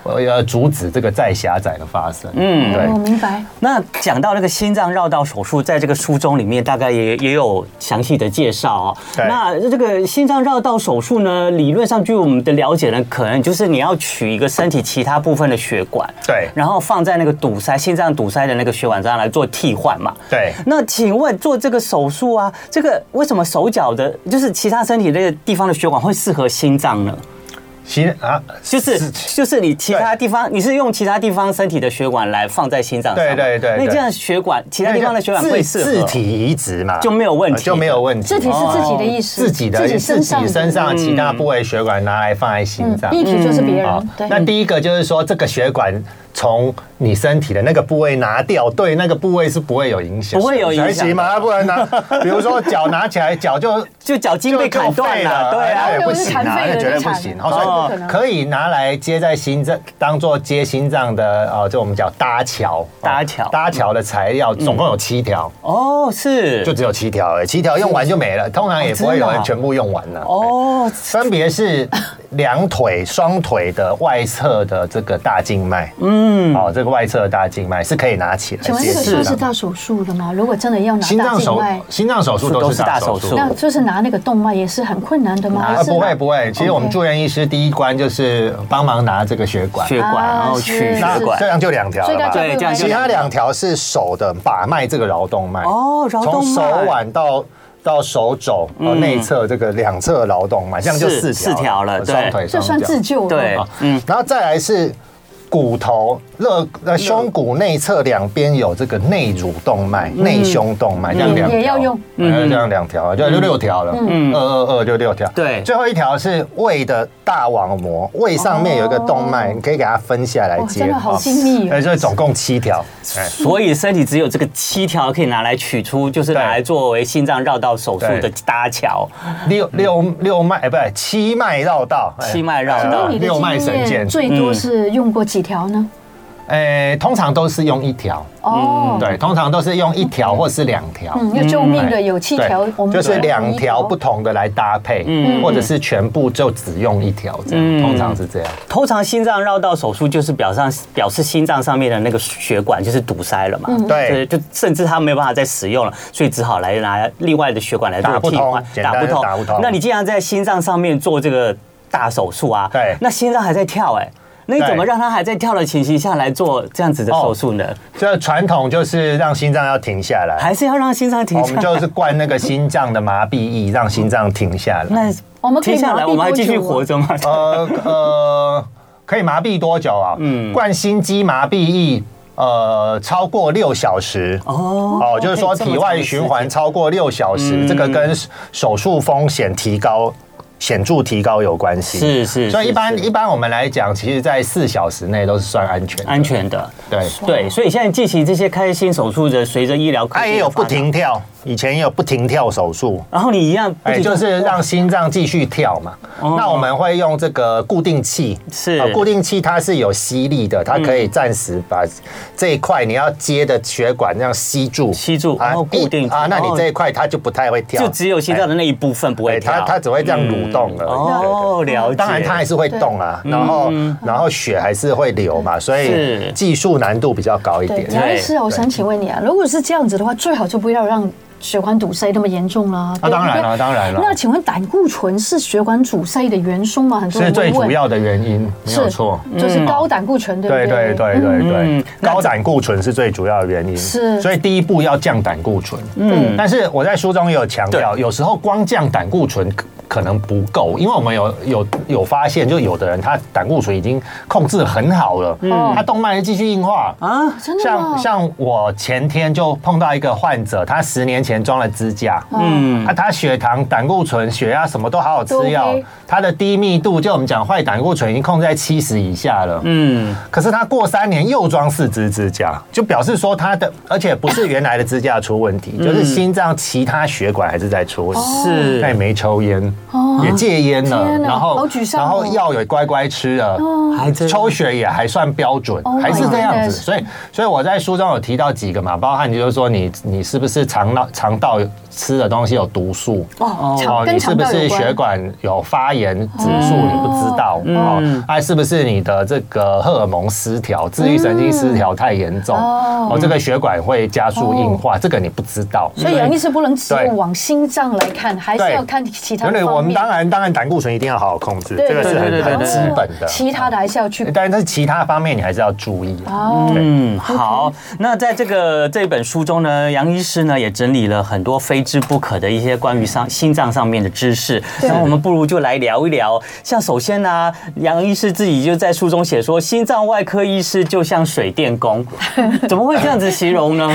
Speaker 4: 呃阻止这个再狭窄的发生。嗯，对
Speaker 2: 我。哦明白。
Speaker 3: 那讲到那个心脏绕道手术，在这个书中里面大概也也有详细的介绍哦。
Speaker 4: 对
Speaker 3: 那这个心脏绕道手术呢，理论上据我们的了解呢，可能就是你要取一个身体其他部分的血管，
Speaker 4: 对
Speaker 3: 然后放在那个堵塞心脏堵塞的那个血管上来做替换嘛。
Speaker 4: 对
Speaker 3: 那请问做这个手术啊，这个为什么手脚的，就是其他身体那个地方的血管会适合心脏呢？
Speaker 4: 其啊，
Speaker 3: 就是就是你其他地方，你是用其他地方身体的血管来放在心脏上嘛，
Speaker 4: 对对对
Speaker 3: 那
Speaker 4: 对
Speaker 3: 这样血管其他地方的血管会适合
Speaker 4: 自体移植嘛，
Speaker 3: 就没有问题
Speaker 4: 呃就没有问题。
Speaker 2: 字体是自己的意思，
Speaker 4: 哦自己的
Speaker 2: 自己身上嗯
Speaker 4: 自己身上其他部位血管拿来放在心脏。嗯
Speaker 2: 一体就是别人。嗯对，嗯
Speaker 4: 那第一个就是说，这个血管从你身体的那个部位拿掉，对那个部位是不会有影响，
Speaker 3: 不会有影响
Speaker 4: 行吗？不 然拿，比如说脚拿起来，脚就
Speaker 3: 就脚筋被砍断了，对
Speaker 4: 哎
Speaker 3: 啊，
Speaker 4: 不行啊，
Speaker 2: 那
Speaker 4: 那
Speaker 2: 就
Speaker 4: 绝
Speaker 2: 是残废了就
Speaker 4: 对不
Speaker 2: 惨
Speaker 4: 行。
Speaker 2: 了
Speaker 4: 哦
Speaker 2: 这不
Speaker 4: 所
Speaker 2: 可能
Speaker 4: 以可以拿来接在心脏，当做接心脏的呃，就我们叫搭桥，哦
Speaker 3: 搭桥
Speaker 4: 搭桥的材料总共有七条，
Speaker 3: 哦是，
Speaker 4: 就只有七条而已，七条用完就没了，通
Speaker 2: 哦
Speaker 4: 常也不会有
Speaker 3: 真的
Speaker 4: 人
Speaker 3: 啊
Speaker 4: 全部用完了。哦，
Speaker 3: 哦
Speaker 4: 分别是两腿、双腿的外侧的这个大静脉，嗯，哦，这个外侧的大静脉是可以拿起来
Speaker 2: 请问
Speaker 4: 接
Speaker 2: 这个
Speaker 4: 心
Speaker 2: 算是
Speaker 4: 脏的。
Speaker 2: 大手术的吗？如果真的要拿
Speaker 4: 心
Speaker 2: 大
Speaker 4: 脏
Speaker 2: 静
Speaker 4: 手
Speaker 2: 脉，
Speaker 4: 心脏手术都是大手
Speaker 3: 都是
Speaker 4: 术
Speaker 3: 大手。
Speaker 2: 那就是拿那个动脉也是很困难的吗？
Speaker 4: 啊，
Speaker 2: 还是
Speaker 4: 不会不会，其实我们住院医师第一关就是帮忙拿这个血管，
Speaker 3: 血管，
Speaker 2: 啊
Speaker 3: 然后
Speaker 2: 是
Speaker 3: 取
Speaker 4: 那
Speaker 3: 血
Speaker 2: 是
Speaker 3: 管
Speaker 4: 这，样就两条
Speaker 2: 所以
Speaker 4: 了
Speaker 2: 大
Speaker 4: 吧？
Speaker 2: 家
Speaker 3: 对这样就
Speaker 4: 其他两条是手的把脉，这个桡动脉
Speaker 3: 哦桡动脉嗯
Speaker 4: 从手腕到到手肘呃内侧这个两侧桡动脉，这样就是四条
Speaker 3: 四条了对嗯
Speaker 4: 呃双腿
Speaker 2: 这
Speaker 4: 双
Speaker 2: 算
Speaker 4: 脚
Speaker 2: 自救了
Speaker 3: 对
Speaker 4: 啊，然后再来是骨头肋呃胸骨内侧两边有这个内乳动脉、
Speaker 3: 嗯
Speaker 4: 内胸动脉，这样两条
Speaker 2: 也要用，
Speaker 4: 嗯，这样两条啊，就就六条了，嗯，二二二就六条，
Speaker 3: 对
Speaker 4: 最后一条是胃的大网膜，胃上面有一个动脉，你可以给它分下来
Speaker 2: 哦
Speaker 4: 接，
Speaker 2: 真的好
Speaker 4: 啊
Speaker 2: 精密哦
Speaker 4: 哎，所以总共七条，哎
Speaker 3: 所以身体只有这个七条可以拿来取出，就是拿来作为心脏绕道手术的
Speaker 4: 对
Speaker 3: 搭桥。
Speaker 4: 六六六脉，哎，不对，七脉绕道，哎
Speaker 3: 七脉绕道
Speaker 2: 请问你的
Speaker 4: 六脉
Speaker 2: 经
Speaker 4: 神
Speaker 2: 验
Speaker 4: 剑，
Speaker 2: 最多是用过几条呢？
Speaker 4: 哎，通常都是用一条，
Speaker 2: 哦，
Speaker 4: 嗯对，通常都是用一条或是两条，
Speaker 2: 嗯，有救命的
Speaker 4: 哎
Speaker 2: 有七
Speaker 4: 对
Speaker 2: 条，我们
Speaker 4: 就是
Speaker 2: 只能用
Speaker 4: 两
Speaker 2: 一嗯
Speaker 4: 条不同的来搭配，
Speaker 3: 嗯
Speaker 4: 或者是全部就只用一条，这样通常是这样。
Speaker 3: 通常心脏绕道手术就是表上表示心脏上面的那个血管就是堵塞了嘛，
Speaker 4: 嗯对
Speaker 3: 所以就甚至它没有办法再使用了，所以只好来拿另外的血管来做
Speaker 4: 打不
Speaker 3: 替
Speaker 4: 通
Speaker 3: 换，
Speaker 4: 简单的打不通
Speaker 3: 那你既然在心脏上面做这个大手术啊，
Speaker 4: 对
Speaker 3: 那心脏还在跳哎、那你
Speaker 4: 对
Speaker 3: 怎么让它还在跳的情形下来做这样子的手术呢？
Speaker 4: 这传统就是让心脏要停下来，
Speaker 3: 还是要 让心脏停
Speaker 4: 我
Speaker 3: 下来？
Speaker 4: 们就是灌那个心脏的麻痹液，让心脏停下来。
Speaker 3: 那
Speaker 2: 我们可以
Speaker 3: 停下
Speaker 2: 麻
Speaker 3: 来，
Speaker 2: 痹
Speaker 3: 我们还
Speaker 2: 多
Speaker 3: 继续
Speaker 2: 久啊
Speaker 3: 活着吗？
Speaker 4: 呃呃，可以麻痹多久啊？嗯，灌心肌麻痹液。呃，超过六小时
Speaker 3: 哦
Speaker 4: 哦，就是说
Speaker 3: 可以这么嗯
Speaker 4: 体
Speaker 3: 长
Speaker 4: 外
Speaker 3: 的时
Speaker 4: 循
Speaker 3: 间
Speaker 4: 环超过六小时，这个跟手术风险提高显著提高有关系。
Speaker 3: 是是
Speaker 4: 所以
Speaker 3: 是
Speaker 4: 一般
Speaker 3: 是
Speaker 4: 一般我们来讲，其实在四小时内都是算安全的。
Speaker 3: 安全的，
Speaker 4: 对，
Speaker 3: 对，所以现在进行这些开心手术的，随着医疗科技
Speaker 4: 它
Speaker 3: 的
Speaker 4: 也有
Speaker 3: 发
Speaker 4: 不
Speaker 3: 展
Speaker 4: 停跳，以前也有不停跳手术，
Speaker 3: 然后你一样，
Speaker 4: 哎，就是让心脏继续跳嘛。那我们会用这个固定
Speaker 3: 哦
Speaker 4: 器，
Speaker 3: 是
Speaker 4: 呃固定器，它是有吸力的，它可以暂时把这一块你要接的血管这样吸住，
Speaker 3: 吸住然后固定
Speaker 4: 一啊，那你
Speaker 3: 哦
Speaker 4: 这一块它就不太会跳，
Speaker 3: 就只有心脏的那一部分不
Speaker 4: 哎，
Speaker 3: 会
Speaker 4: 哎它
Speaker 3: 跳。嗯
Speaker 4: 它只会这样蠕动而已。对对对
Speaker 3: 哦，了解。
Speaker 4: 当然，它还是会动啊，然后然后血还是会流嘛，所
Speaker 3: 是
Speaker 4: 以技术难度比较高一
Speaker 2: 对
Speaker 4: 点，。
Speaker 2: 杨医师啊，我
Speaker 4: 对
Speaker 2: 想请问你啊，如果是这样子的话，最好就不要让血管堵塞那么严重啦。对不对
Speaker 4: 啊当然啦当然啦
Speaker 2: 那请问胆固醇是血管阻塞的元凶吗？很多
Speaker 4: 是
Speaker 2: 人
Speaker 4: 最
Speaker 2: 会问
Speaker 4: 主，要的原因，没有
Speaker 2: 是
Speaker 4: 错。
Speaker 2: 就是高胆固醇，对不
Speaker 4: 对
Speaker 2: 对？
Speaker 4: 对对对
Speaker 3: 嗯
Speaker 4: 对，高胆固醇是最主要的原因，
Speaker 2: 是
Speaker 4: 所以第一步要降胆固醇。
Speaker 3: 嗯
Speaker 2: 对
Speaker 4: 但是我在书中也有强调，有时候光降胆固醇可可能不够，因为我们有有有发现，就有的人他胆固醇已经控制很好了，他动脉继续硬化
Speaker 3: 嗯啊，
Speaker 2: 真的吗
Speaker 4: 像像我前天就碰到一个患者，他十年前装了支架，
Speaker 2: 哦
Speaker 3: 嗯
Speaker 4: 嗯，啊，他血糖、胆固醇、血压什么都好好吃
Speaker 2: 都
Speaker 4: 药
Speaker 2: OK，
Speaker 4: 他的低密度就我们讲坏胆固醇已经控制在七十以下了，
Speaker 3: 嗯，
Speaker 4: 可是他过三年又装四支支架，就表示说他的，而且不是原来的支架出问题，就是心脏其他血管还是在出问题。
Speaker 3: 是
Speaker 4: 他也没抽烟，也戒烟了，
Speaker 2: 哦天哪
Speaker 4: 然
Speaker 2: 好
Speaker 4: 后
Speaker 2: 沮丧哦哦
Speaker 4: 然后药也乖乖吃了，
Speaker 3: 还真
Speaker 4: 抽血也还算标准
Speaker 2: Oh，my
Speaker 4: 还是这样
Speaker 2: Oh goodness
Speaker 4: 子。所以所以我在书中有提到几个嘛，包含就是说你你是不是肠道肠道吃的东西有毒素，
Speaker 2: 哦，肠
Speaker 4: 哦，
Speaker 2: 跟
Speaker 4: 你是
Speaker 2: 肠
Speaker 4: 不
Speaker 2: 道有
Speaker 4: 是
Speaker 2: 关嗯
Speaker 4: 血管有发炎指数你不知道哦？哎，是不是你的这个荷尔蒙失调、自律神经失调太严重？
Speaker 2: 嗯哦
Speaker 4: 哦，这个血管会加速硬化，这个你不知道。
Speaker 2: 所以杨医师不能只
Speaker 4: 对
Speaker 2: 有往心脏来看，还是
Speaker 4: 对
Speaker 2: 要看其他
Speaker 4: 因为
Speaker 2: 的
Speaker 4: 我
Speaker 2: 方
Speaker 4: 们
Speaker 2: 面。
Speaker 4: 当然当然胆固醇一定要好好控制，
Speaker 2: 对
Speaker 4: 这个是
Speaker 3: 对对
Speaker 4: 很
Speaker 3: 对
Speaker 4: 很
Speaker 3: 对
Speaker 4: 基本的。嗯
Speaker 2: 其他的还是要去
Speaker 4: 但是其他方面你还是要注意啊。
Speaker 2: 哦。
Speaker 3: 嗯，好。那在这个这本书中呢，杨医师呢也整理了很多非知不可的一些关于
Speaker 4: 嗯
Speaker 3: 上心脏上面的知识。
Speaker 2: 对
Speaker 3: 那我们不如就来聊一聊。像首先呢、杨医师自己就在书中写说，心脏外科医师就像水电 工，怎么会这样子形容呢？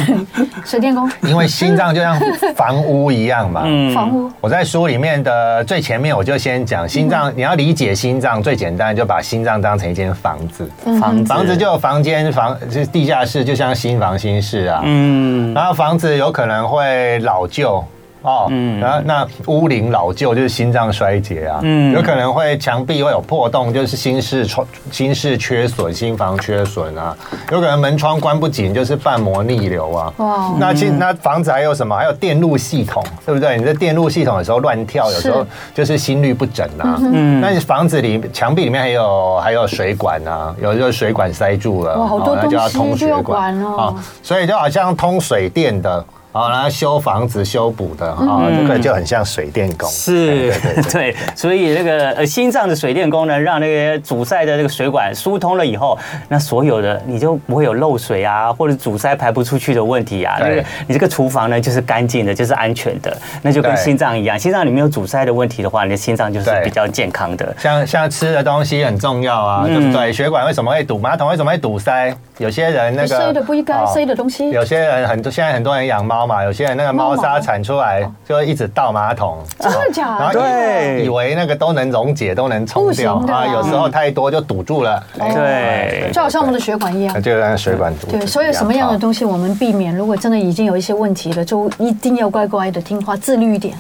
Speaker 2: 水电工、
Speaker 4: 因为心脏就像房屋一样 嘛。
Speaker 3: 嗯
Speaker 2: 房屋，
Speaker 4: 我在书里面的最前面，我就先讲心脏。你要理解心脏，最简单就把心脏当成一间房子，
Speaker 3: 房子
Speaker 4: 嗯房子就有房间、房就是地下室，就像新房新室啊。
Speaker 3: 嗯
Speaker 4: 然后房子有可能会老旧哦，然后那屋龄老旧就是心脏衰竭啊，
Speaker 3: 嗯
Speaker 4: 有可能会墙壁会有破洞，就是心室窗心室缺损、心房缺损啊，有可能门窗关不紧，就是瓣膜逆流啊。
Speaker 2: 哇
Speaker 4: 那其那房子还有什么？还有电路系统，对不对？你的电路系统有时候乱跳，有时候就是心率不整啊。嗯，那房子里墙壁里面还有还有水管啊，有时候水管塞住了，
Speaker 2: 哇好多
Speaker 4: 哦那就要
Speaker 2: 东西
Speaker 4: 通
Speaker 2: 就
Speaker 4: 血
Speaker 2: 要
Speaker 4: 管
Speaker 2: 管哦
Speaker 4: 啊所以就好像通水电的啊，然后修房子修补的啊，这
Speaker 2: 嗯
Speaker 4: 个就很像水电工。
Speaker 3: 是
Speaker 4: 对对对，
Speaker 3: 对，所以那个呃心脏的水电工呢，让那个阻塞的那个水管疏通了以后，那所有的你就不会有漏水啊，或者阻塞排不出去的问题啊。那
Speaker 4: 对
Speaker 3: 个你这个厨房呢，就是干净的，就是安全的，那就跟
Speaker 4: 对
Speaker 3: 心脏一样，心脏里面有阻塞的问题的话，你的心脏就是
Speaker 4: 对
Speaker 3: 比较健康的。
Speaker 4: 像像吃的东西很重要啊，
Speaker 2: 嗯
Speaker 4: 对不对？血管为什么会堵？马桶为什么会堵塞？有些人那个
Speaker 2: 塞的不应该
Speaker 4: 哦
Speaker 2: 塞的东西，
Speaker 4: 有些人很多，现在很多人养猫嘛，有些人那个猫砂铲出来就会一直倒马桶，
Speaker 2: 真的假
Speaker 4: 然
Speaker 2: 的？
Speaker 4: 后
Speaker 3: 对
Speaker 4: 以以为那个都能溶解，都能冲
Speaker 2: 不行
Speaker 4: 掉
Speaker 2: 的啊
Speaker 4: 有时候太多就堵住了，
Speaker 2: 哦
Speaker 4: 哎
Speaker 3: 对
Speaker 2: 就好像我们的血管一样
Speaker 4: 那。就让水管堵住。
Speaker 2: 对，所有什么样的
Speaker 4: 都
Speaker 2: 东西我们避免。如果真的已经有一些问题了，就一定要乖乖的听话，自律一点。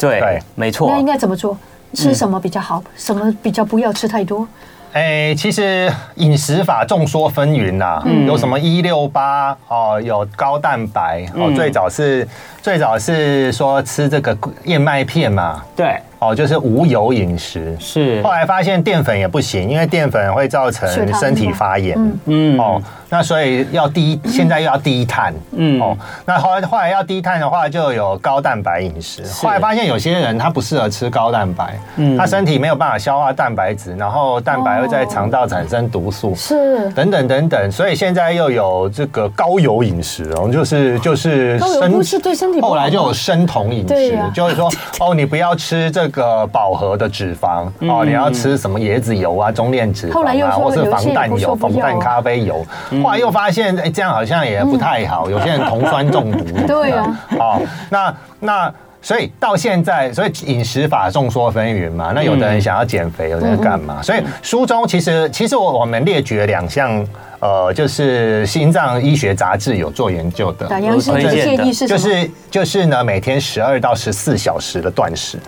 Speaker 3: 对
Speaker 4: 对，
Speaker 3: 没错
Speaker 2: 那。应该怎么做？
Speaker 4: 嗯
Speaker 2: 吃什么比较好？什么比较不要吃太多？
Speaker 4: 哎，其实饮食法众说纷纭呐，
Speaker 2: 嗯
Speaker 4: 有什么一六八哦，有高蛋白
Speaker 2: 嗯
Speaker 4: 哦，最早是最早是说吃这个燕麦片嘛，
Speaker 3: 对，
Speaker 4: 哦，就是无油饮食。
Speaker 3: 是
Speaker 4: 后来发现淀粉也不行，因为淀粉会造成
Speaker 2: 血糖
Speaker 4: 身体
Speaker 2: 吗
Speaker 4: 发炎。
Speaker 3: 嗯
Speaker 4: 哦，那所以要低，
Speaker 2: 嗯
Speaker 4: 现在又要低碳，
Speaker 3: 嗯
Speaker 4: 嗯，哦，那后来后来要低碳的话，就有高蛋白饮食。后来发现有些人他不适合吃高蛋白，
Speaker 3: 嗯
Speaker 4: 他身体没有办法消化蛋白质，然后蛋白会在肠道产生毒素。
Speaker 2: 是
Speaker 4: 等等等等，所以现在又有这个高油饮食哦，就是就是
Speaker 2: 高油不是对身体不好
Speaker 4: 后
Speaker 2: 吗
Speaker 4: 来就有生酮饮
Speaker 2: 对
Speaker 4: 食
Speaker 2: 呀，
Speaker 4: 就是说 哦，你不要吃这个饱和的脂肪哦，你要吃什么椰子油啊、中链脂
Speaker 2: 嗯后来
Speaker 4: 肪
Speaker 2: 又
Speaker 4: 啊，
Speaker 2: 说
Speaker 4: 或是
Speaker 2: 有
Speaker 4: 防
Speaker 2: 些也
Speaker 4: 弹
Speaker 2: 不说
Speaker 4: 油、
Speaker 2: 不
Speaker 4: 防
Speaker 2: 要嗯
Speaker 4: 弹咖啡油。后来又发现，哎，这样好像也不太好，有些人酮酸中毒。
Speaker 2: 对啊，
Speaker 4: 哦，那那。所以到现在，所以饮食法众说纷纭嘛。
Speaker 2: 嗯
Speaker 4: 那有的人想要减肥，有的人干嘛？所以书中其实其实我我们列举了两项呃，就是心脏医学杂志有做研究的，
Speaker 2: 打杨生
Speaker 3: 推
Speaker 2: 的
Speaker 3: 荐的
Speaker 2: 建议是什
Speaker 4: 就
Speaker 2: 么？
Speaker 4: 是就是呢，每天十二到十四小时的断食，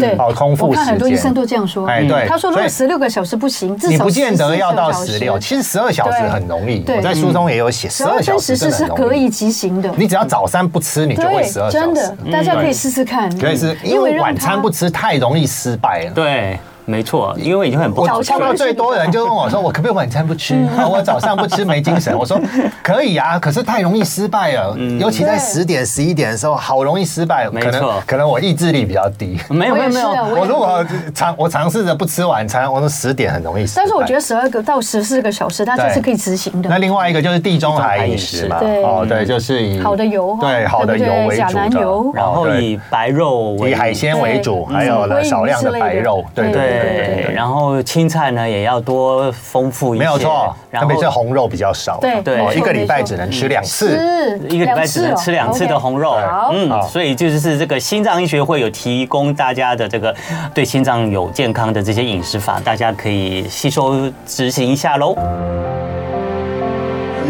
Speaker 2: 对，
Speaker 4: 哦空腹
Speaker 2: 我看很多
Speaker 4: 时
Speaker 2: 医
Speaker 4: 间
Speaker 2: 生都这样说。
Speaker 4: 哎对
Speaker 2: 他说如果
Speaker 4: 所
Speaker 2: 十六个小时不行，至
Speaker 4: 你
Speaker 2: 少
Speaker 4: 不见得
Speaker 2: 14
Speaker 4: 要到
Speaker 2: 小时
Speaker 4: 十六，其实十二小时
Speaker 2: 对
Speaker 4: 很容易。
Speaker 2: 对
Speaker 4: 我在书中也有写，十
Speaker 2: 十二
Speaker 4: 二
Speaker 2: 跟
Speaker 4: 小
Speaker 2: 十四
Speaker 4: 时真的
Speaker 2: 是
Speaker 4: 很容
Speaker 2: 可以
Speaker 4: 易。
Speaker 2: 执行的。
Speaker 4: 你只要早餐不吃，你就会十二
Speaker 2: 对，
Speaker 4: 小
Speaker 2: 真
Speaker 4: 时
Speaker 2: 的。，大家可以嗯试试看。
Speaker 4: 可以是因为
Speaker 2: 让
Speaker 4: 晚餐
Speaker 2: 它
Speaker 4: 不吃太容易失败了。
Speaker 3: 对，没错，因为已经很不
Speaker 4: 我
Speaker 2: 早
Speaker 4: 碰
Speaker 2: 餐
Speaker 4: 到
Speaker 2: 不吃嗯
Speaker 4: 最多人就问我说：“我可不可以晚餐不吃？啊我早上不吃没精神。”我说：“可以啊，可是太容易失败了，尤其在
Speaker 2: 对
Speaker 4: 十点、十一点的时候，好容易失败。
Speaker 3: 嗯没
Speaker 4: 可能
Speaker 3: 错
Speaker 4: 可能我意志力比较低。
Speaker 3: 没有
Speaker 2: 我
Speaker 3: 没
Speaker 2: 也
Speaker 3: 有
Speaker 2: 是
Speaker 3: 没
Speaker 2: 啊
Speaker 3: 有，
Speaker 2: 也
Speaker 4: 我如果尝我尝试着不吃晚餐，我说十点很容易失败。
Speaker 2: 但是我觉得十二个到十四个小时，它这是可以执行
Speaker 4: 那
Speaker 2: 的。
Speaker 4: 另外一个就是地中海饮食嘛，
Speaker 2: 地中海饮食
Speaker 4: 哦，对，就是以
Speaker 2: 好的油
Speaker 4: 对，好的
Speaker 2: 对
Speaker 4: 油
Speaker 2: 不对
Speaker 4: 为
Speaker 2: 甲
Speaker 4: 主
Speaker 2: 男
Speaker 4: 的，
Speaker 2: 油
Speaker 3: 然后
Speaker 4: 哦对
Speaker 3: 以白肉为
Speaker 4: 以海鲜为主，还有呢
Speaker 2: 嗯
Speaker 4: 少量的白
Speaker 2: 鲑
Speaker 4: 肉，
Speaker 2: 鱼之类的
Speaker 4: 对对对对对
Speaker 3: 对，
Speaker 4: 对，
Speaker 3: 然后青菜呢也要多丰富一些，
Speaker 4: 没有错，特
Speaker 3: 然
Speaker 4: 别是
Speaker 3: 后
Speaker 4: 红肉比较少，
Speaker 2: 对
Speaker 3: 对
Speaker 4: 哦
Speaker 3: 没错
Speaker 4: 一个礼拜只能吃两次，
Speaker 2: 是
Speaker 3: 一个礼拜只能吃两次的红肉，
Speaker 2: 好，
Speaker 3: 嗯，
Speaker 4: 好
Speaker 3: 所以就是这个心脏医学会有提供大家的这个对心脏有健康的这些饮食法，大家可以吸收执行一下喽。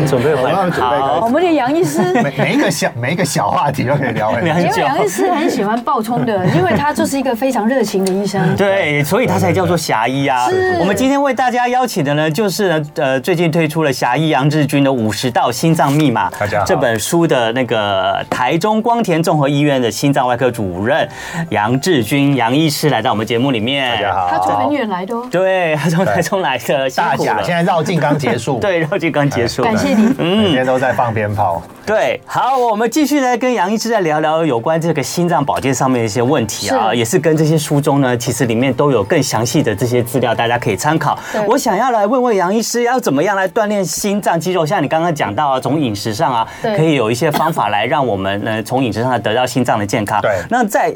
Speaker 3: 准备
Speaker 4: 我要准备
Speaker 2: 我
Speaker 3: 好，
Speaker 2: 们的杨医师。
Speaker 4: 每每一个小每一个小话题都可以聊 很
Speaker 3: 聊很
Speaker 4: 久
Speaker 2: 因为
Speaker 3: 久
Speaker 2: 杨医师很喜欢爆冲的，因为他就是一个非常热情的医生。
Speaker 3: 对，所以它才叫做侠医啊
Speaker 2: 是。
Speaker 3: 我们今天为大家邀请的呢，就是呢，呃，最近推出了侠医杨志军的《五十道心脏密码
Speaker 4: 大家》好
Speaker 3: 这本书的那个台中光田综合医院的心脏外科主任杨志军杨医师来到我们节目里面。
Speaker 4: 大家好，
Speaker 2: 他从很远来的哦。
Speaker 3: 对，他从台中来的，辛
Speaker 4: 大
Speaker 3: 苦
Speaker 4: 甲
Speaker 3: 了。
Speaker 4: 现在哎绕境刚结束，
Speaker 3: 对，然嗯后就刚结束。
Speaker 2: 感谢你，
Speaker 4: 每天都在放鞭炮，
Speaker 3: 对，好，我们继续来跟杨医师再聊聊有关这个心脏保健上面的一些问题啊，
Speaker 2: 是
Speaker 3: 也是跟这些书中呢，其实里面都有更详细的这些资料，大家可以参考
Speaker 2: 对。
Speaker 3: 我想要来问问杨医师，要怎么样来锻炼心脏肌肉？像你刚刚讲到啊，从饮食上啊，
Speaker 2: 对
Speaker 3: 可以有一些方法来让我们呢，从饮食上得到心脏的健康。
Speaker 4: 对
Speaker 3: 那在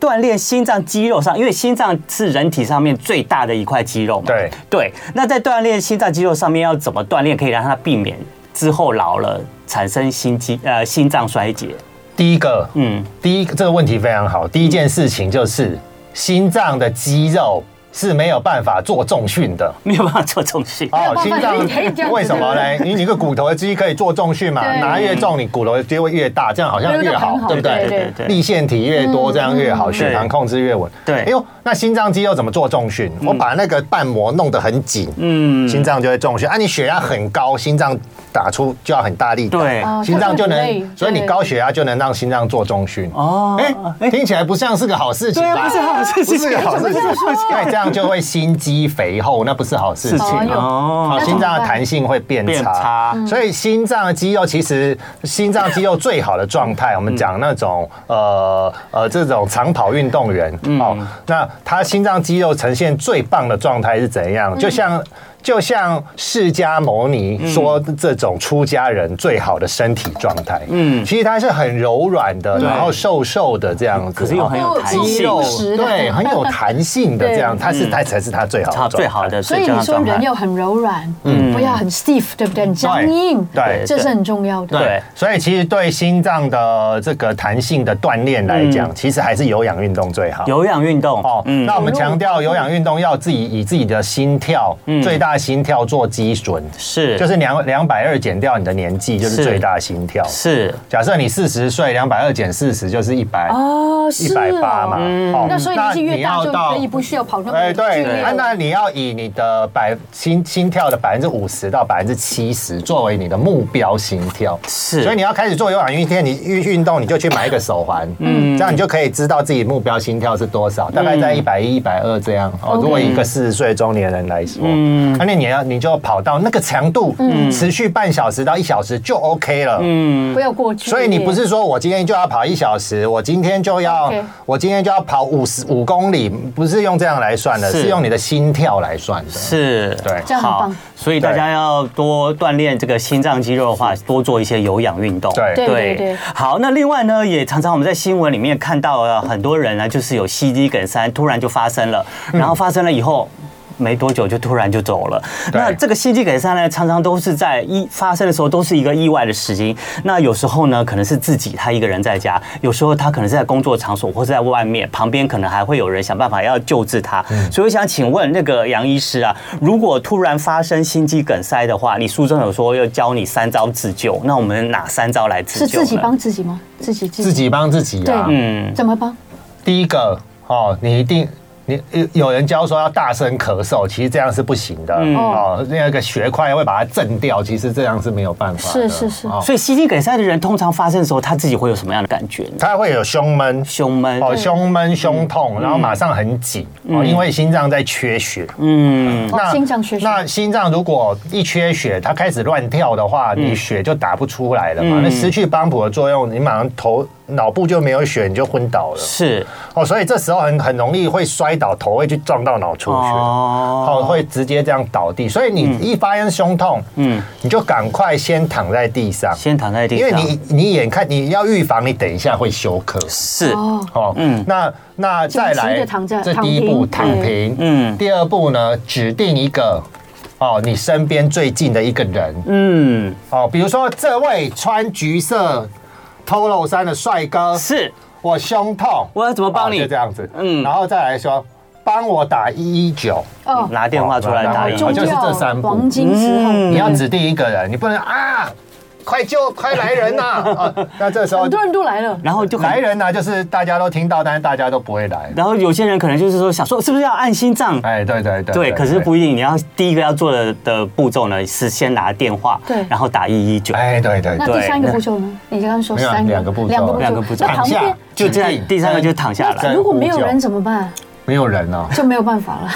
Speaker 3: 锻炼心脏肌肉上，因为心脏是人体上面最大的一块肌肉嘛。
Speaker 4: 对
Speaker 3: 对，那在锻炼心脏肌肉上面要怎么锻炼，可以让它避免之后老了产生心肌呃心脏衰竭？
Speaker 4: 第一个，
Speaker 3: 嗯，
Speaker 4: 第一个这个问题非常好。第一件事情就是心脏的肌肉是没有办法做重训的。
Speaker 3: 没有办法做重训。
Speaker 2: 有办法
Speaker 4: 啊心
Speaker 2: 你可以这样
Speaker 4: 脏
Speaker 2: 子
Speaker 4: 为什么呢？你你个骨头的肌可以做重训嘛，
Speaker 2: 对
Speaker 4: 拿越重，你骨头的肌会越大，这样好像
Speaker 2: 对
Speaker 4: 越好
Speaker 2: 那个很好，
Speaker 4: 对不
Speaker 2: 对
Speaker 4: 对？
Speaker 2: 对
Speaker 3: 对
Speaker 4: 立腺体越多，这样越好，血
Speaker 3: 对
Speaker 4: 糖控制越稳。
Speaker 3: 对
Speaker 4: 哎呦，那心脏肌肉怎么做重训？我把那个瓣膜弄得很紧，
Speaker 3: 嗯，
Speaker 4: 心脏就会重训。啊，你血压很高，心脏打出就要很大力打，
Speaker 3: 对
Speaker 2: 哦
Speaker 4: 心脏就
Speaker 2: 它会很累
Speaker 4: 能，所以你
Speaker 2: 对
Speaker 4: 高血压就能让心脏做重训。
Speaker 3: 哦，
Speaker 4: 哎，听起来不像是个好事情
Speaker 3: 对啊，
Speaker 4: 吧？
Speaker 3: 不是好事
Speaker 4: 不
Speaker 3: 情，
Speaker 4: 是个好事情
Speaker 2: 怎么这样说，
Speaker 4: 对，这样就会心肌肥厚，那不是好事
Speaker 3: 事
Speaker 4: 情
Speaker 3: 情
Speaker 2: 哦
Speaker 3: 哦
Speaker 4: 好，
Speaker 2: 那，
Speaker 4: 心脏的弹性会变
Speaker 3: 变
Speaker 4: 差，
Speaker 2: 嗯
Speaker 3: 差。
Speaker 4: 所以心脏的肌肉其实心脏肌肉最好的状态，我们讲那种呃呃这种长跑运动员哦，那他心脏肌肉呈现最棒的状态是怎
Speaker 2: 嗯
Speaker 4: 样？就像。就像释迦牟尼说，这种出家人最好的身体状态，嗯，其实他是很柔软的，然后瘦瘦的这样子，哦
Speaker 3: 可是又很有弹
Speaker 2: 肌
Speaker 3: 性
Speaker 2: 肉，实的
Speaker 4: 对，很有弹性的这样，
Speaker 2: 对
Speaker 4: 它是它才是它最好的
Speaker 3: 好
Speaker 4: 状态
Speaker 3: 最好的
Speaker 2: 所以
Speaker 3: 最
Speaker 2: 你
Speaker 3: 佳
Speaker 2: 说
Speaker 3: 状态
Speaker 2: 人要很柔软，嗯，不要很 stiff，对不对？很僵硬，
Speaker 4: 对对
Speaker 2: 这是很重要的。
Speaker 3: 对
Speaker 4: 所以其实对心脏的这个弹性的锻炼来讲，其实还是有氧运动最好。
Speaker 3: 嗯有嗯氧运动
Speaker 4: 哦，那我们强调有氧运动要自己以自己的心跳、最大心跳做基准，
Speaker 3: 嗯是
Speaker 4: 就是两两百二减掉你的年纪就是
Speaker 3: 是
Speaker 4: 最大心跳。
Speaker 3: 是
Speaker 4: 假设你四十岁，两百二减四十就是一百
Speaker 2: 哦，
Speaker 4: 一
Speaker 2: 是
Speaker 4: 百八
Speaker 2: 哦
Speaker 4: 嘛。
Speaker 3: 嗯
Speaker 4: 哦
Speaker 2: 那所以年纪
Speaker 4: 你
Speaker 2: 越大
Speaker 4: 要
Speaker 2: 就
Speaker 4: 到
Speaker 2: 可以不需要跑那么
Speaker 4: 哎，
Speaker 2: 剧
Speaker 4: 对，
Speaker 2: 烈
Speaker 4: 啊，那你要以你的百心心跳的百分之五十到百分之七十作为你的目标心跳，
Speaker 3: 是
Speaker 4: 所以你要开始做有氧运动，你运运动你就去买一个手环，嗯，这样你就可以知道自己目标心跳是多少，大概在一百一、一百二这样。哦，
Speaker 2: OK
Speaker 4: 如果一个四十岁中年人来说，嗯，那你要你就跑到那个强度，持续半小时到一小时就 OK 了，嗯。
Speaker 2: 不要过去。
Speaker 4: 所以你不是说我今天就要跑一小时，我今天就要
Speaker 2: OK
Speaker 4: 我今天就要跑五十五公里，不是用这样来算的，
Speaker 3: 是
Speaker 4: 是用你的心跳来算的。
Speaker 3: 是，
Speaker 4: 对
Speaker 2: 这样很棒
Speaker 3: 所以大家要多锻炼这个心脏肌肉的话，多做一些有氧运动。
Speaker 4: 对
Speaker 2: 对对对
Speaker 3: 好，那另外呢，也常常我们在新闻里面啊看到呃很多人呢，就是有心肌梗塞，突然就发生了，然后发生了以后。没多久就突然就走了。
Speaker 4: 对
Speaker 3: 那这个心肌梗塞呢，常常都是在意发生的时候都是一个意外的时机。那有时候呢，可能是自己他一个人在家，有时候他可能是在工作场所或是在外面，旁边可能还会有人想办法要救治他。所以我想请问那个杨医师啊，如果突然发生心肌梗塞的话，你书中有说要教你三招自救，那我们哪三招来自救
Speaker 2: 是
Speaker 3: 呢？
Speaker 2: 自己帮自己吗？自己自
Speaker 4: 自己帮自己
Speaker 2: 对
Speaker 4: 啊。，
Speaker 2: 嗯，怎么帮？
Speaker 4: 第一个哦，你一定。你有有人教说要大声咳嗽，其实这样是不行的、哦。那个血块会把它震掉，其实这样是没有办法
Speaker 2: 是
Speaker 4: 的。
Speaker 2: 是是
Speaker 4: 哦
Speaker 3: 所以心肌梗塞的人通常发生的时候，他自己会有什么样的感觉呢？
Speaker 4: 它会有胸闷，
Speaker 3: 胸闷，
Speaker 4: 哦，胸闷、胸痛，然后马上很紧，哦，因为心脏在缺血。
Speaker 3: 嗯，
Speaker 2: 哦心脏缺血
Speaker 4: 那心脏如果一缺血，它开始乱跳的话，你血就打不出来了嘛。那失去帮浦的作用，你马上头脑部就没有血，你就昏倒了。
Speaker 3: 是
Speaker 4: 哦，所以这时候很很容易会摔倒，头会去撞到脑出血。哦，
Speaker 3: 哦，嗯
Speaker 4: 会直接这样倒地，所以你一发现胸痛，嗯，你就赶快先躺在地上，
Speaker 3: 先躺在地
Speaker 4: 因
Speaker 3: 上，
Speaker 4: 为你你眼看你要预防，你等一下会休克，
Speaker 3: 是
Speaker 2: 哦，
Speaker 4: 哦，嗯，那那再
Speaker 2: 坚持
Speaker 4: 来
Speaker 2: 地躺着，
Speaker 4: 这第一步
Speaker 2: 躺
Speaker 4: 躺
Speaker 2: 平
Speaker 4: 平，
Speaker 3: 嗯
Speaker 4: 嗯，第二步呢，指定一个哦，你身边最近的一个人，
Speaker 3: 嗯，
Speaker 4: 哦，比如说这位穿橘色 polo 衫的帅哥，
Speaker 3: 是
Speaker 4: 我胸痛，
Speaker 3: 我要怎么帮你
Speaker 4: 哦就这样子，
Speaker 3: 嗯
Speaker 4: 嗯，然后再来说，帮我打一一九，
Speaker 2: 哦，
Speaker 3: 拿电话出来打一
Speaker 4: 哦
Speaker 2: 重
Speaker 4: 就是
Speaker 2: 要
Speaker 4: 这三步嗯
Speaker 2: 黄金时候，
Speaker 3: 嗯
Speaker 4: 你要指定一个人，你不能啊，快救，快来人呐、 啊！那这时候
Speaker 2: 很多人都来了，
Speaker 3: 然后就
Speaker 4: 来
Speaker 3: 来，
Speaker 4: 人呐、就是大家都听到，但是大家都不会来。
Speaker 3: 然后有些人可能就是说想说是不是要按心脏？
Speaker 4: 哎，对对对，
Speaker 3: 对，可是不一定。你要第一个要做的的步骤呢，是先拿电话，
Speaker 2: 对
Speaker 3: 然后打一一九，
Speaker 4: 哎，对对
Speaker 2: 那
Speaker 4: 对，
Speaker 2: 第三个步骤呢？你刚刚说
Speaker 4: 没有
Speaker 2: 三个，
Speaker 4: 两个步骤
Speaker 2: 两个步骤，
Speaker 3: 两个步骤
Speaker 2: 那旁
Speaker 4: 躺
Speaker 2: 边
Speaker 4: 下
Speaker 3: 就这
Speaker 4: 哎
Speaker 3: 样。第三个就躺下来，
Speaker 4: 对
Speaker 2: 如果没有
Speaker 4: 步骤
Speaker 2: 人怎么办？
Speaker 4: 没有人哦，
Speaker 2: 就没有办法了。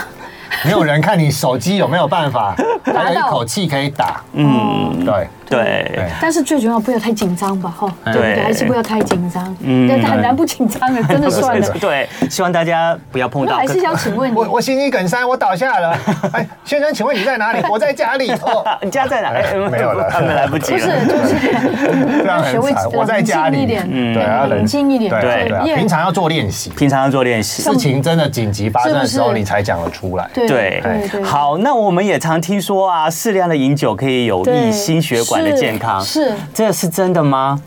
Speaker 4: 没有人看你手机有没有 办法，还有一口气可以打。
Speaker 2: 嗯，
Speaker 4: 对，
Speaker 3: 对
Speaker 4: 对，
Speaker 2: 但是最重要不要太紧张吧，哈，对不对？
Speaker 3: 对
Speaker 2: 还是不要太紧张，
Speaker 3: 嗯
Speaker 2: 但是很难不紧张的，真的算 了。
Speaker 3: 对，希望大家不要碰
Speaker 2: 那
Speaker 3: 到。
Speaker 2: 还是 想请问你，
Speaker 4: 我我心肌梗塞，我倒下了。哎，先生，请问你在哪里？我在家里。哦，
Speaker 3: 你家在哪？哎
Speaker 4: 没有 了
Speaker 3: 他们来不及
Speaker 2: 不是
Speaker 3: 了。
Speaker 2: 就是
Speaker 4: 这样
Speaker 2: 学
Speaker 4: 啊很
Speaker 2: 会
Speaker 4: 惨。我在家
Speaker 2: 冷静
Speaker 4: 里嗯
Speaker 2: 一，点，
Speaker 3: 嗯
Speaker 4: 对，要
Speaker 2: 冷静一点，
Speaker 4: 对对对啊，
Speaker 2: 因为
Speaker 4: 平常要做练习。
Speaker 3: 平常要做练习。
Speaker 4: 事情真的紧急发生的时
Speaker 2: 是
Speaker 4: 候，
Speaker 2: 不是
Speaker 4: 你才讲得出来。
Speaker 2: 对
Speaker 3: 对
Speaker 2: 对对，
Speaker 3: 好，那我们也常听说啊，适量的饮酒可以有益
Speaker 2: 对
Speaker 3: 心血管的健康，
Speaker 2: 是是
Speaker 3: 这是真的吗？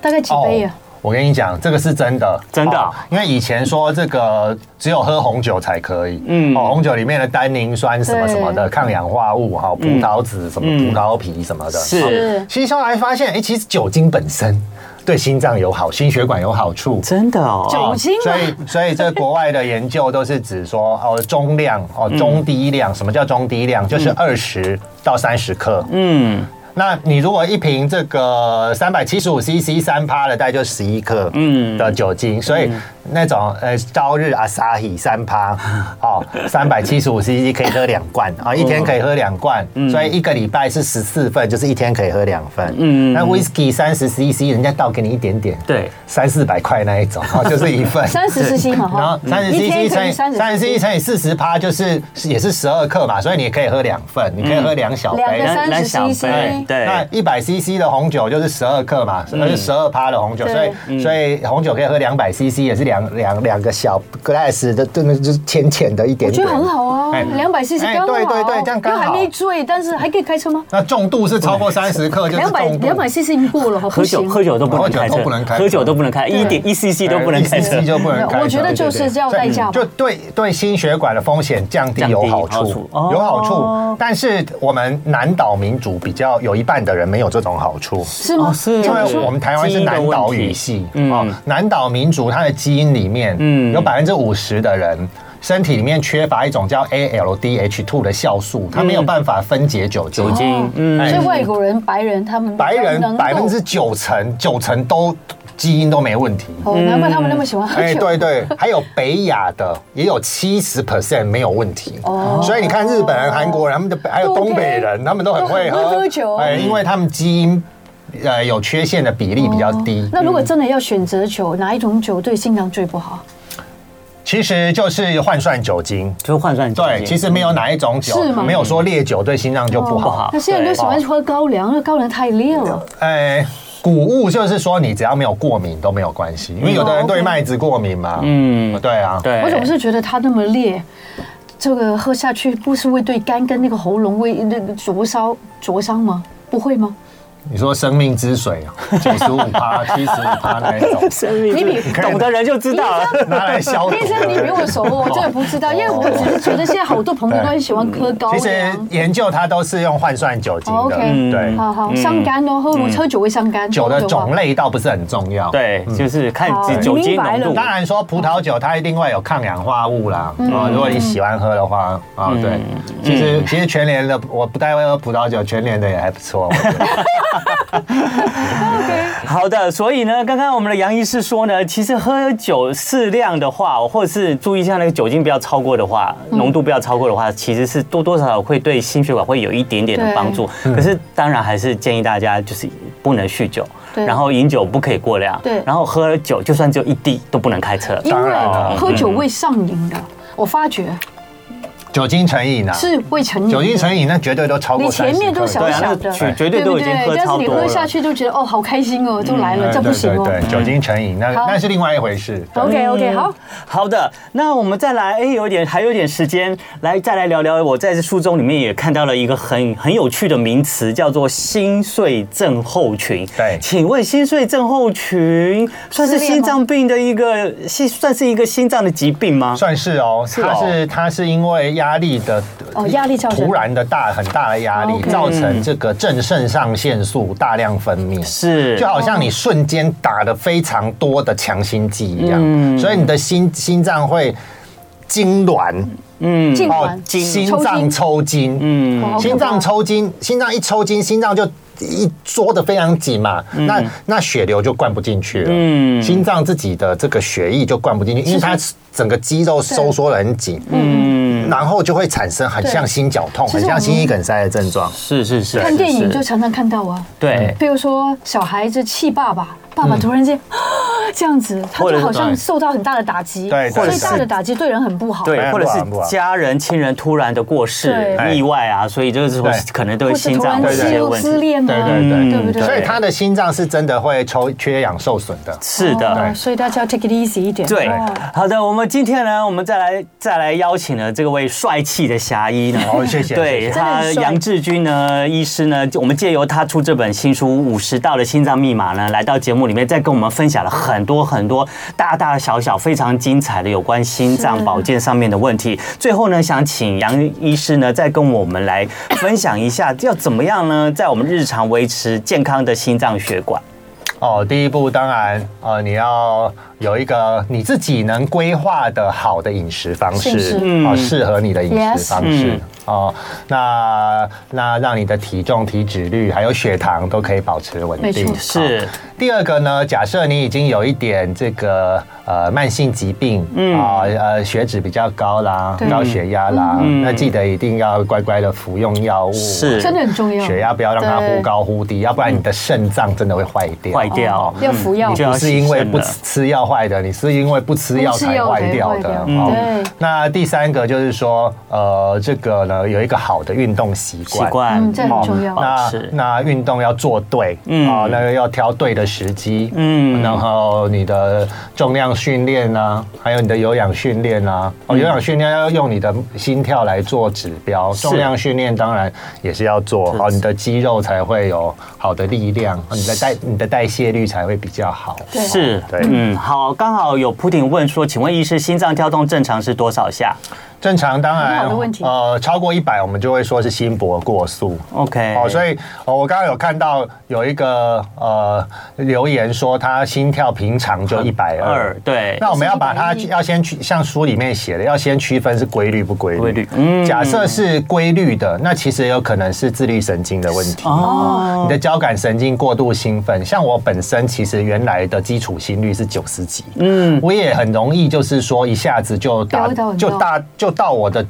Speaker 2: 大概几杯啊呀？
Speaker 4: 我跟你讲，这个是真的，
Speaker 3: 真的啊
Speaker 4: 哦因为以前说这个只有喝红酒才可以，
Speaker 3: 嗯
Speaker 4: 嗯，哦，红酒里面的单宁酸什么什么的抗氧化物，哈，葡萄籽什么
Speaker 3: 嗯
Speaker 4: 葡萄皮什么的，
Speaker 3: 哦
Speaker 4: 哦
Speaker 3: 是
Speaker 2: 是
Speaker 4: 吸收来发现，哎，其实酒精本身对心脏有好，心血管有好处。
Speaker 3: 真的哦，
Speaker 2: 酒精
Speaker 4: 所
Speaker 2: 嘛，
Speaker 4: 以，所以这国外的研究都是指说，哦，中量，哦，中低量。什么叫中低量？就是二十到三十克。
Speaker 3: 嗯，
Speaker 4: 那你如果一瓶这个三百七十五 CC 三趴的，大概就十一克
Speaker 3: 嗯
Speaker 4: 的酒精，所以那种呃朝日阿萨希三趴，哦，三百七十五 CC 可以喝两罐
Speaker 3: 哦
Speaker 4: 啊、一天可以喝两罐，所以一个礼拜是十四份，就是一天可以喝两份。
Speaker 3: 嗯
Speaker 4: 嗯，那 whisky 三十 CC，人家倒给你一点点，
Speaker 3: 对，
Speaker 4: 三四百块那一种， 哦，就是一份。
Speaker 2: 三十 cc 嘛，
Speaker 4: 然后
Speaker 2: 哈，
Speaker 4: 三十
Speaker 2: 一天
Speaker 4: cc
Speaker 2: 可
Speaker 4: 乘
Speaker 2: 以
Speaker 4: 以
Speaker 2: 三
Speaker 4: 三
Speaker 2: 十
Speaker 4: 十 cc 乘以四十趴，就是也是十二克嘛，所以你也可以喝两份，你可以喝两小杯，
Speaker 2: 两个
Speaker 4: 那
Speaker 2: 三
Speaker 3: 来
Speaker 2: 十
Speaker 3: 想
Speaker 2: cc，
Speaker 3: 对
Speaker 4: 哎那
Speaker 3: 对，
Speaker 4: 一百 CC 的红酒就是十二克
Speaker 2: 嗯
Speaker 4: 嘛，那是十二趴的红酒，
Speaker 2: 对
Speaker 4: 所以所以红酒可以喝两百 CC，也是两两两个小 glass 的，真的就是浅浅的一点
Speaker 2: 我觉
Speaker 4: 点。
Speaker 2: 得很好啊
Speaker 4: 哎，
Speaker 2: 两百 cc
Speaker 4: 哎
Speaker 2: 刚好，
Speaker 4: 对对对这样刚好
Speaker 2: 又还没醉，但是还可以开车吗？
Speaker 4: 那重度是超过三十克，就是
Speaker 2: 两百
Speaker 4: 重度
Speaker 2: 两百 cc 已经过了，哈
Speaker 3: 喝
Speaker 2: 不
Speaker 3: 酒
Speaker 2: 行。
Speaker 3: 喝酒都不能
Speaker 4: 喝酒
Speaker 3: 开
Speaker 4: 都
Speaker 3: 车
Speaker 4: 不能，开
Speaker 3: 喝酒都不能开，一点一 cc 都不能开车
Speaker 4: CC，就不能开车。
Speaker 2: 我觉得就是要代驾吧
Speaker 4: 就对对心血管的风险降低有好
Speaker 3: 降低好
Speaker 4: 处
Speaker 3: 处，哦
Speaker 4: 有好处。但是我们南岛民族比较有一半的人没有这种好处。
Speaker 2: 是吗？
Speaker 3: 哦是
Speaker 2: 这
Speaker 4: 因
Speaker 2: 么
Speaker 4: 为
Speaker 2: 说
Speaker 4: 我们台湾是南岛语系，
Speaker 3: 基因的问
Speaker 4: 哦
Speaker 3: 题，
Speaker 4: 南岛民族它的基因里面，
Speaker 3: 嗯
Speaker 4: 有百分之五十的人身体里面缺乏一种叫 ALDH2 的酵素，它没有办法分解酒
Speaker 3: 嗯酒
Speaker 4: 精。哎
Speaker 2: 哦
Speaker 3: 精，嗯，
Speaker 2: 所以外国人、白人他们
Speaker 4: 白
Speaker 2: 比较能
Speaker 4: 人
Speaker 2: 够
Speaker 4: 百分之九成九成都基因都没问题。
Speaker 2: 哦，难怪他们那么喜欢喝
Speaker 4: 哎，
Speaker 2: 酒。
Speaker 4: 对对，还有北亚的也有七十 percent 没有问题，
Speaker 2: 哦
Speaker 4: 所以你看日本人、韩国人，他们的还有
Speaker 2: 都
Speaker 4: 东
Speaker 2: OK，
Speaker 4: 北人，他们都很会
Speaker 2: 都很会
Speaker 4: 喝
Speaker 2: 喝酒
Speaker 4: 哎，因为他们基因呃有缺陷的比例比较低。
Speaker 2: 哦那如果真的要选择酒，哪一种酒对心脏最不好？
Speaker 4: 其实就是换算酒精，
Speaker 3: 就换算酒精
Speaker 4: 对，其实没有哪一种酒
Speaker 2: 是吗哦
Speaker 4: 没有说烈酒对心脏就不
Speaker 3: 不好
Speaker 4: 好，
Speaker 2: 那现在都喜欢喝高粱，那高粱太烈了。
Speaker 4: 哎。谷物就是说，你只要没有过敏都没有关
Speaker 2: 哦
Speaker 4: 系，因为有的人对麦子过敏嘛，嗯，对啊，
Speaker 3: 对，
Speaker 2: 我总是觉得它那么烈，这个喝下去不是会对肝跟那个喉咙会那个灼烧灼伤吗？不会吗？
Speaker 4: 你说生命之水啊，九十五趴、七十五趴那一种，
Speaker 2: 你比
Speaker 3: 懂的人就知道了。
Speaker 4: 拿来消毒。
Speaker 2: 医生，你比我熟，我真的不知道，因为我只是觉得现在好多朋友都很喜欢喝高
Speaker 4: 其实
Speaker 2: 粱。
Speaker 4: 研究它都是用换算酒精
Speaker 2: 哦
Speaker 4: 的，
Speaker 2: ，OK
Speaker 4: 对。
Speaker 2: 好好，伤肝哦，喝喝酒会伤肝。
Speaker 4: 嗯酒的种
Speaker 2: 类，
Speaker 4: 类倒不是很重要，
Speaker 3: 对，就是看
Speaker 2: 嗯好
Speaker 3: 酒精
Speaker 2: 明白
Speaker 3: 浓
Speaker 2: 了
Speaker 3: 度。
Speaker 4: 当然说葡萄酒它一定会有抗氧化物啦，
Speaker 2: 嗯
Speaker 4: 啊，如果你喜欢喝的话，啊，对，其实其实全年的我不太会喝葡萄酒，全年的也还不错，我 觉得
Speaker 3: 好的，所以呢，刚刚我们的杨医师说呢，其实喝酒适量的话，或是注意一下那个酒精不要超过的话，浓度不要超过的话，其实是多多少少会对心血管会有一点点的帮助。可是当然还是建议大家就是不能酗酒，
Speaker 2: 对
Speaker 3: 然后饮酒不可以过量，
Speaker 2: 对
Speaker 3: 然后喝酒就算只有一滴都不能开车。
Speaker 2: 因
Speaker 4: 当
Speaker 2: 为
Speaker 4: 然了
Speaker 2: 喝酒会上瘾的，我发觉
Speaker 4: 酒精成瘾啊，
Speaker 2: 是会成瘾的。
Speaker 4: 酒精成瘾那绝对都超过
Speaker 2: 你
Speaker 4: 三
Speaker 2: 前
Speaker 4: 十
Speaker 2: 面都小
Speaker 3: 对啊
Speaker 2: 小
Speaker 3: 那
Speaker 2: 的，
Speaker 3: 绝绝对都已经喝
Speaker 2: 但是
Speaker 3: 超
Speaker 2: 你
Speaker 3: 多
Speaker 2: 喝
Speaker 3: 了嗯
Speaker 2: 下去就觉得哦，好开心哦，都来了，这不行哦。
Speaker 4: 对，酒精成瘾那
Speaker 2: 好
Speaker 4: 那是另外一回事。对
Speaker 2: OK OK，好，
Speaker 3: 好的，那我们再来，哎，有一点还有一点时间，来再来聊聊。我在书中里面也看到了一个很很有趣的名词，叫做心碎症候群。
Speaker 4: 对
Speaker 3: 请问心碎症候群算是
Speaker 2: 失恋吗
Speaker 3: 心脏病的一个心，算是一个心脏的疾病吗？
Speaker 4: 算是哦，
Speaker 3: 哦
Speaker 4: 它是它是因为压力的
Speaker 2: 哦压力造成哦
Speaker 4: 突然的大很大的压力，
Speaker 2: OK
Speaker 4: 造成这个正肾上腺素大量分泌，
Speaker 3: 是
Speaker 4: 就好像你瞬间打了非常多的强心剂一
Speaker 2: 嗯
Speaker 4: 样，所以你的心心脏会痉挛
Speaker 2: 痉
Speaker 4: 哦，
Speaker 2: 挛，
Speaker 4: 心
Speaker 2: 抽筋
Speaker 4: 脏抽筋，
Speaker 2: 哦
Speaker 4: 嗯。
Speaker 2: 好可怕
Speaker 4: 心脏抽筋，心脏一抽筋，心脏就一缩的非常紧嘛，
Speaker 2: 嗯
Speaker 4: 那那血流就灌不进去了，嗯，心脏自己的这个血液就灌不进去，因为它整个肌肉收缩的很紧，嗯，然后就会产生很像心绞痛、
Speaker 2: 其实
Speaker 4: 很像心肌梗塞的症状。
Speaker 3: 是是是，
Speaker 2: 看电影
Speaker 3: 是
Speaker 2: 就常常看到啊。
Speaker 4: 嗯
Speaker 3: 对。
Speaker 2: 比如说小孩子气爸爸，爸
Speaker 3: 嗯
Speaker 2: 爸突然间、这样子，他就好像受到很大的打击，
Speaker 4: 对对
Speaker 2: 所以大的打击对人很不好。
Speaker 3: 对，
Speaker 4: 哎
Speaker 3: 或者是
Speaker 4: 不啊不啊
Speaker 3: 家人、亲人突然的过世、
Speaker 2: 对
Speaker 3: 意外啊，所以就是说
Speaker 4: 对
Speaker 3: 可能都
Speaker 2: 或
Speaker 3: 会
Speaker 2: 是
Speaker 3: 心
Speaker 2: 突
Speaker 3: 脏
Speaker 2: 然
Speaker 3: 会有一
Speaker 2: 陷
Speaker 3: 些
Speaker 2: 入
Speaker 3: 问
Speaker 2: 失
Speaker 3: 题。
Speaker 2: 恋啊，
Speaker 4: 对对
Speaker 3: 对
Speaker 2: 对不对？
Speaker 4: 所以他的心脏是真的会抽缺氧受损的。
Speaker 3: 是的，
Speaker 2: 哦所以大家要 take it easy 一点。
Speaker 3: 对
Speaker 2: 哦，
Speaker 3: 好的，我们今天呢，我们再来再来邀请了这位帅气的侠医呢。
Speaker 4: 哦谢谢谢
Speaker 3: 对
Speaker 4: 谢
Speaker 3: 他
Speaker 2: 真的很帅
Speaker 3: 杨志军呢，医师呢，就我们借由他出这本新书《五十道的心脏密码》呢，来到节目里面，再跟我们分享了很多很多大大小小非常精彩的有关心脏
Speaker 2: 是
Speaker 3: 保健上面的问题。
Speaker 2: 嗯
Speaker 3: 最后呢，想请杨医师呢，再跟我们来分享一下，要怎么样呢，在我们日常维持健康的心脏血管。
Speaker 4: 哦，第一步当然，呃，你要有一个你自己能规划的好的饮食方
Speaker 2: 是
Speaker 4: 式
Speaker 2: 是，
Speaker 4: 哦，适合你的饮食
Speaker 2: Yes
Speaker 4: 方式
Speaker 3: 嗯。
Speaker 4: 哦，那那让你的体重、体脂率还有血糖都可以保持稳
Speaker 2: 没
Speaker 4: 定
Speaker 2: 错。
Speaker 3: 是
Speaker 4: 哦第二个呢，假设你已经有一点这个呃慢性疾病，
Speaker 3: 嗯
Speaker 4: 啊呃血脂比较高啦
Speaker 2: 对，
Speaker 4: 高血压啦，那记得一定要乖乖的服用药物，
Speaker 3: 嗯
Speaker 4: 啊
Speaker 3: 是
Speaker 2: 真的很重要。
Speaker 4: 血压不要让它
Speaker 2: 对
Speaker 4: 忽高忽低，要不然你的肾脏真的会坏掉。
Speaker 3: 坏掉
Speaker 2: 哦，要服药
Speaker 3: 嗯你就要
Speaker 4: 不是因为
Speaker 3: 牺牲
Speaker 4: 不
Speaker 3: 了
Speaker 4: 吃吃药坏的，你是因为不吃药才坏掉
Speaker 2: 不吃
Speaker 4: 的
Speaker 2: 药才坏掉。
Speaker 4: 哦
Speaker 2: 对
Speaker 4: 那第三个就是说，呃，这个呢有一个好的运动习
Speaker 3: 习
Speaker 4: 惯。
Speaker 3: 惯
Speaker 2: 嗯，这很重要。
Speaker 3: 保
Speaker 4: 那
Speaker 3: 持
Speaker 4: 那运动要做对，嗯，啊、那个要挑对的时机，
Speaker 3: 嗯
Speaker 4: 嗯，然后你的重量训练啊，还有你的有氧训练啊，哦，有氧训练要用你的心跳来做指标，重量训练当然也是要做，好，你的肌肉才会有好的力量，你的代你的代谢率才会比较好。
Speaker 2: 对
Speaker 3: 是，
Speaker 4: 对
Speaker 3: 嗯，好，刚好有铺顶问说，请问医师心脏跳动正常是多少下
Speaker 4: 正常当
Speaker 2: 很
Speaker 4: 然
Speaker 2: 好的问，题
Speaker 4: 呃，超过一百我们就会说是心搏过速，
Speaker 3: ？OK，
Speaker 4: 哦，所以哦，我刚刚有看到有一个呃留言说他心跳平常就一百
Speaker 3: 二
Speaker 4: 二，
Speaker 3: 对，
Speaker 4: 那我们要把它
Speaker 2: 110
Speaker 4: 要先区像书里面写的，要先区分是规律不规律。
Speaker 3: 规律
Speaker 2: 嗯
Speaker 4: 假设是规律的，那其实有可能是自律神经的问题。
Speaker 3: 哦
Speaker 4: 你的交感神经过度兴奋，像我本身其实原来的基础心率是九十几，嗯，我也很容易就是说一下子就达
Speaker 2: 飙到很高
Speaker 4: 就大就到我的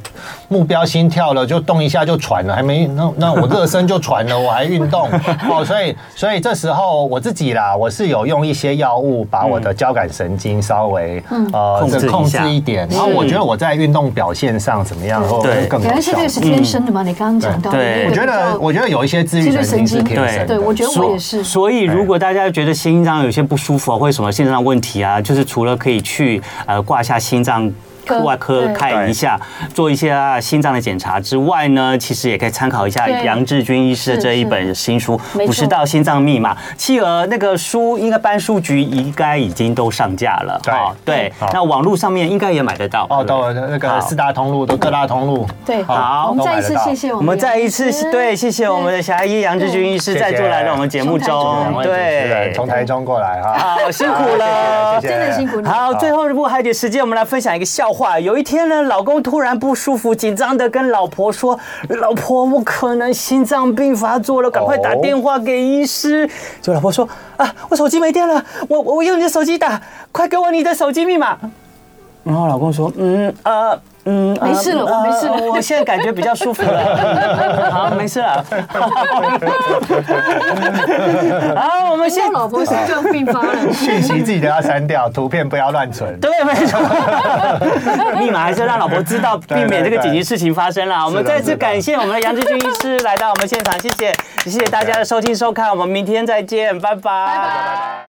Speaker 4: 目标心跳了，就动一下就喘了，还没那那我热身就喘了，我还 运动哦，所以所以这时候我自己啦，我是有用一些药物把我的交感神经稍微、
Speaker 2: 嗯
Speaker 4: 呃
Speaker 3: 控制一下
Speaker 4: 这控制一点，然后我觉得我在运动表现上怎么样会
Speaker 3: 对
Speaker 4: 会更
Speaker 2: 原
Speaker 4: 有
Speaker 2: 来是
Speaker 4: 效
Speaker 2: 这个。是天生的嘛？你刚刚讲到的
Speaker 3: 嗯
Speaker 2: 那个
Speaker 3: 对
Speaker 4: 我觉
Speaker 2: 比
Speaker 4: 得
Speaker 2: 较
Speaker 4: 我觉得有一些自律
Speaker 2: 自律
Speaker 4: 神经
Speaker 2: 神
Speaker 4: 是
Speaker 2: 经
Speaker 4: 天生的，
Speaker 2: 对我觉得我也是
Speaker 3: 所以如果大家觉得心脏有些不舒服啊，或者什么心脏问题啊，就是除了可以去呃挂一下心脏
Speaker 2: 科
Speaker 3: 外科
Speaker 2: 对
Speaker 3: 看一下，做一些啊心脏的检查之外呢，其实也可以参考一下
Speaker 2: 对
Speaker 3: 杨志军医师的这一本新书
Speaker 2: 是
Speaker 3: 《
Speaker 2: 没
Speaker 3: 五
Speaker 2: 错
Speaker 3: 十道心脏密码》。企鹅那个书应该搬书局应该已经都上架了，
Speaker 4: 对嗯
Speaker 3: 哦对
Speaker 4: 好，
Speaker 3: 那网络上面应该也买得到。对
Speaker 4: 哦，
Speaker 3: 不
Speaker 4: 都
Speaker 3: 对
Speaker 4: 那
Speaker 3: 好
Speaker 4: 个四大通路，都各大通路。
Speaker 2: 对，
Speaker 3: 好
Speaker 2: 我们
Speaker 4: 都
Speaker 2: 再
Speaker 4: 买
Speaker 2: 一
Speaker 4: 得
Speaker 2: 次
Speaker 4: 到
Speaker 2: 谢谢我们，
Speaker 3: 我们再一次
Speaker 2: 嗯
Speaker 3: 对，谢谢我们的霞医杨志军医师
Speaker 4: 对
Speaker 3: 再度来到我们节目
Speaker 2: 谢谢
Speaker 3: 中
Speaker 4: 两，位主持人
Speaker 3: 对，
Speaker 4: 从台中过来哈，
Speaker 3: 好啊辛苦了，
Speaker 4: 谢谢
Speaker 2: 真的辛苦你。
Speaker 3: 好，最后如果还有点时间，我们来分享一个笑话。有一天呢，老公突然不舒服，紧张的跟老婆说：“老婆，我可能心脏病发作了，赶快打
Speaker 4: 哦
Speaker 3: 电话给医师。结果老婆说：“啊，我手机没电了，我我我用你的手机打，快给我你的手机密码。”然后老公说：“嗯呃。”嗯，呃
Speaker 2: 没事了我
Speaker 3: 呃
Speaker 2: 没事了
Speaker 3: 我现在感觉比较舒服了。 好，没事了。好，我们
Speaker 2: 我
Speaker 3: 先
Speaker 2: 老婆心脏病发 了，
Speaker 4: 讯息自己都要删掉，图片不要乱存。
Speaker 3: 对，没错，密码还是让老婆知道，避免这个紧急事情发生啦。我们再次感谢我们的杨志军医师来到我们现场，谢谢，谢谢大家的收听收看，我们明天再见，拜拜。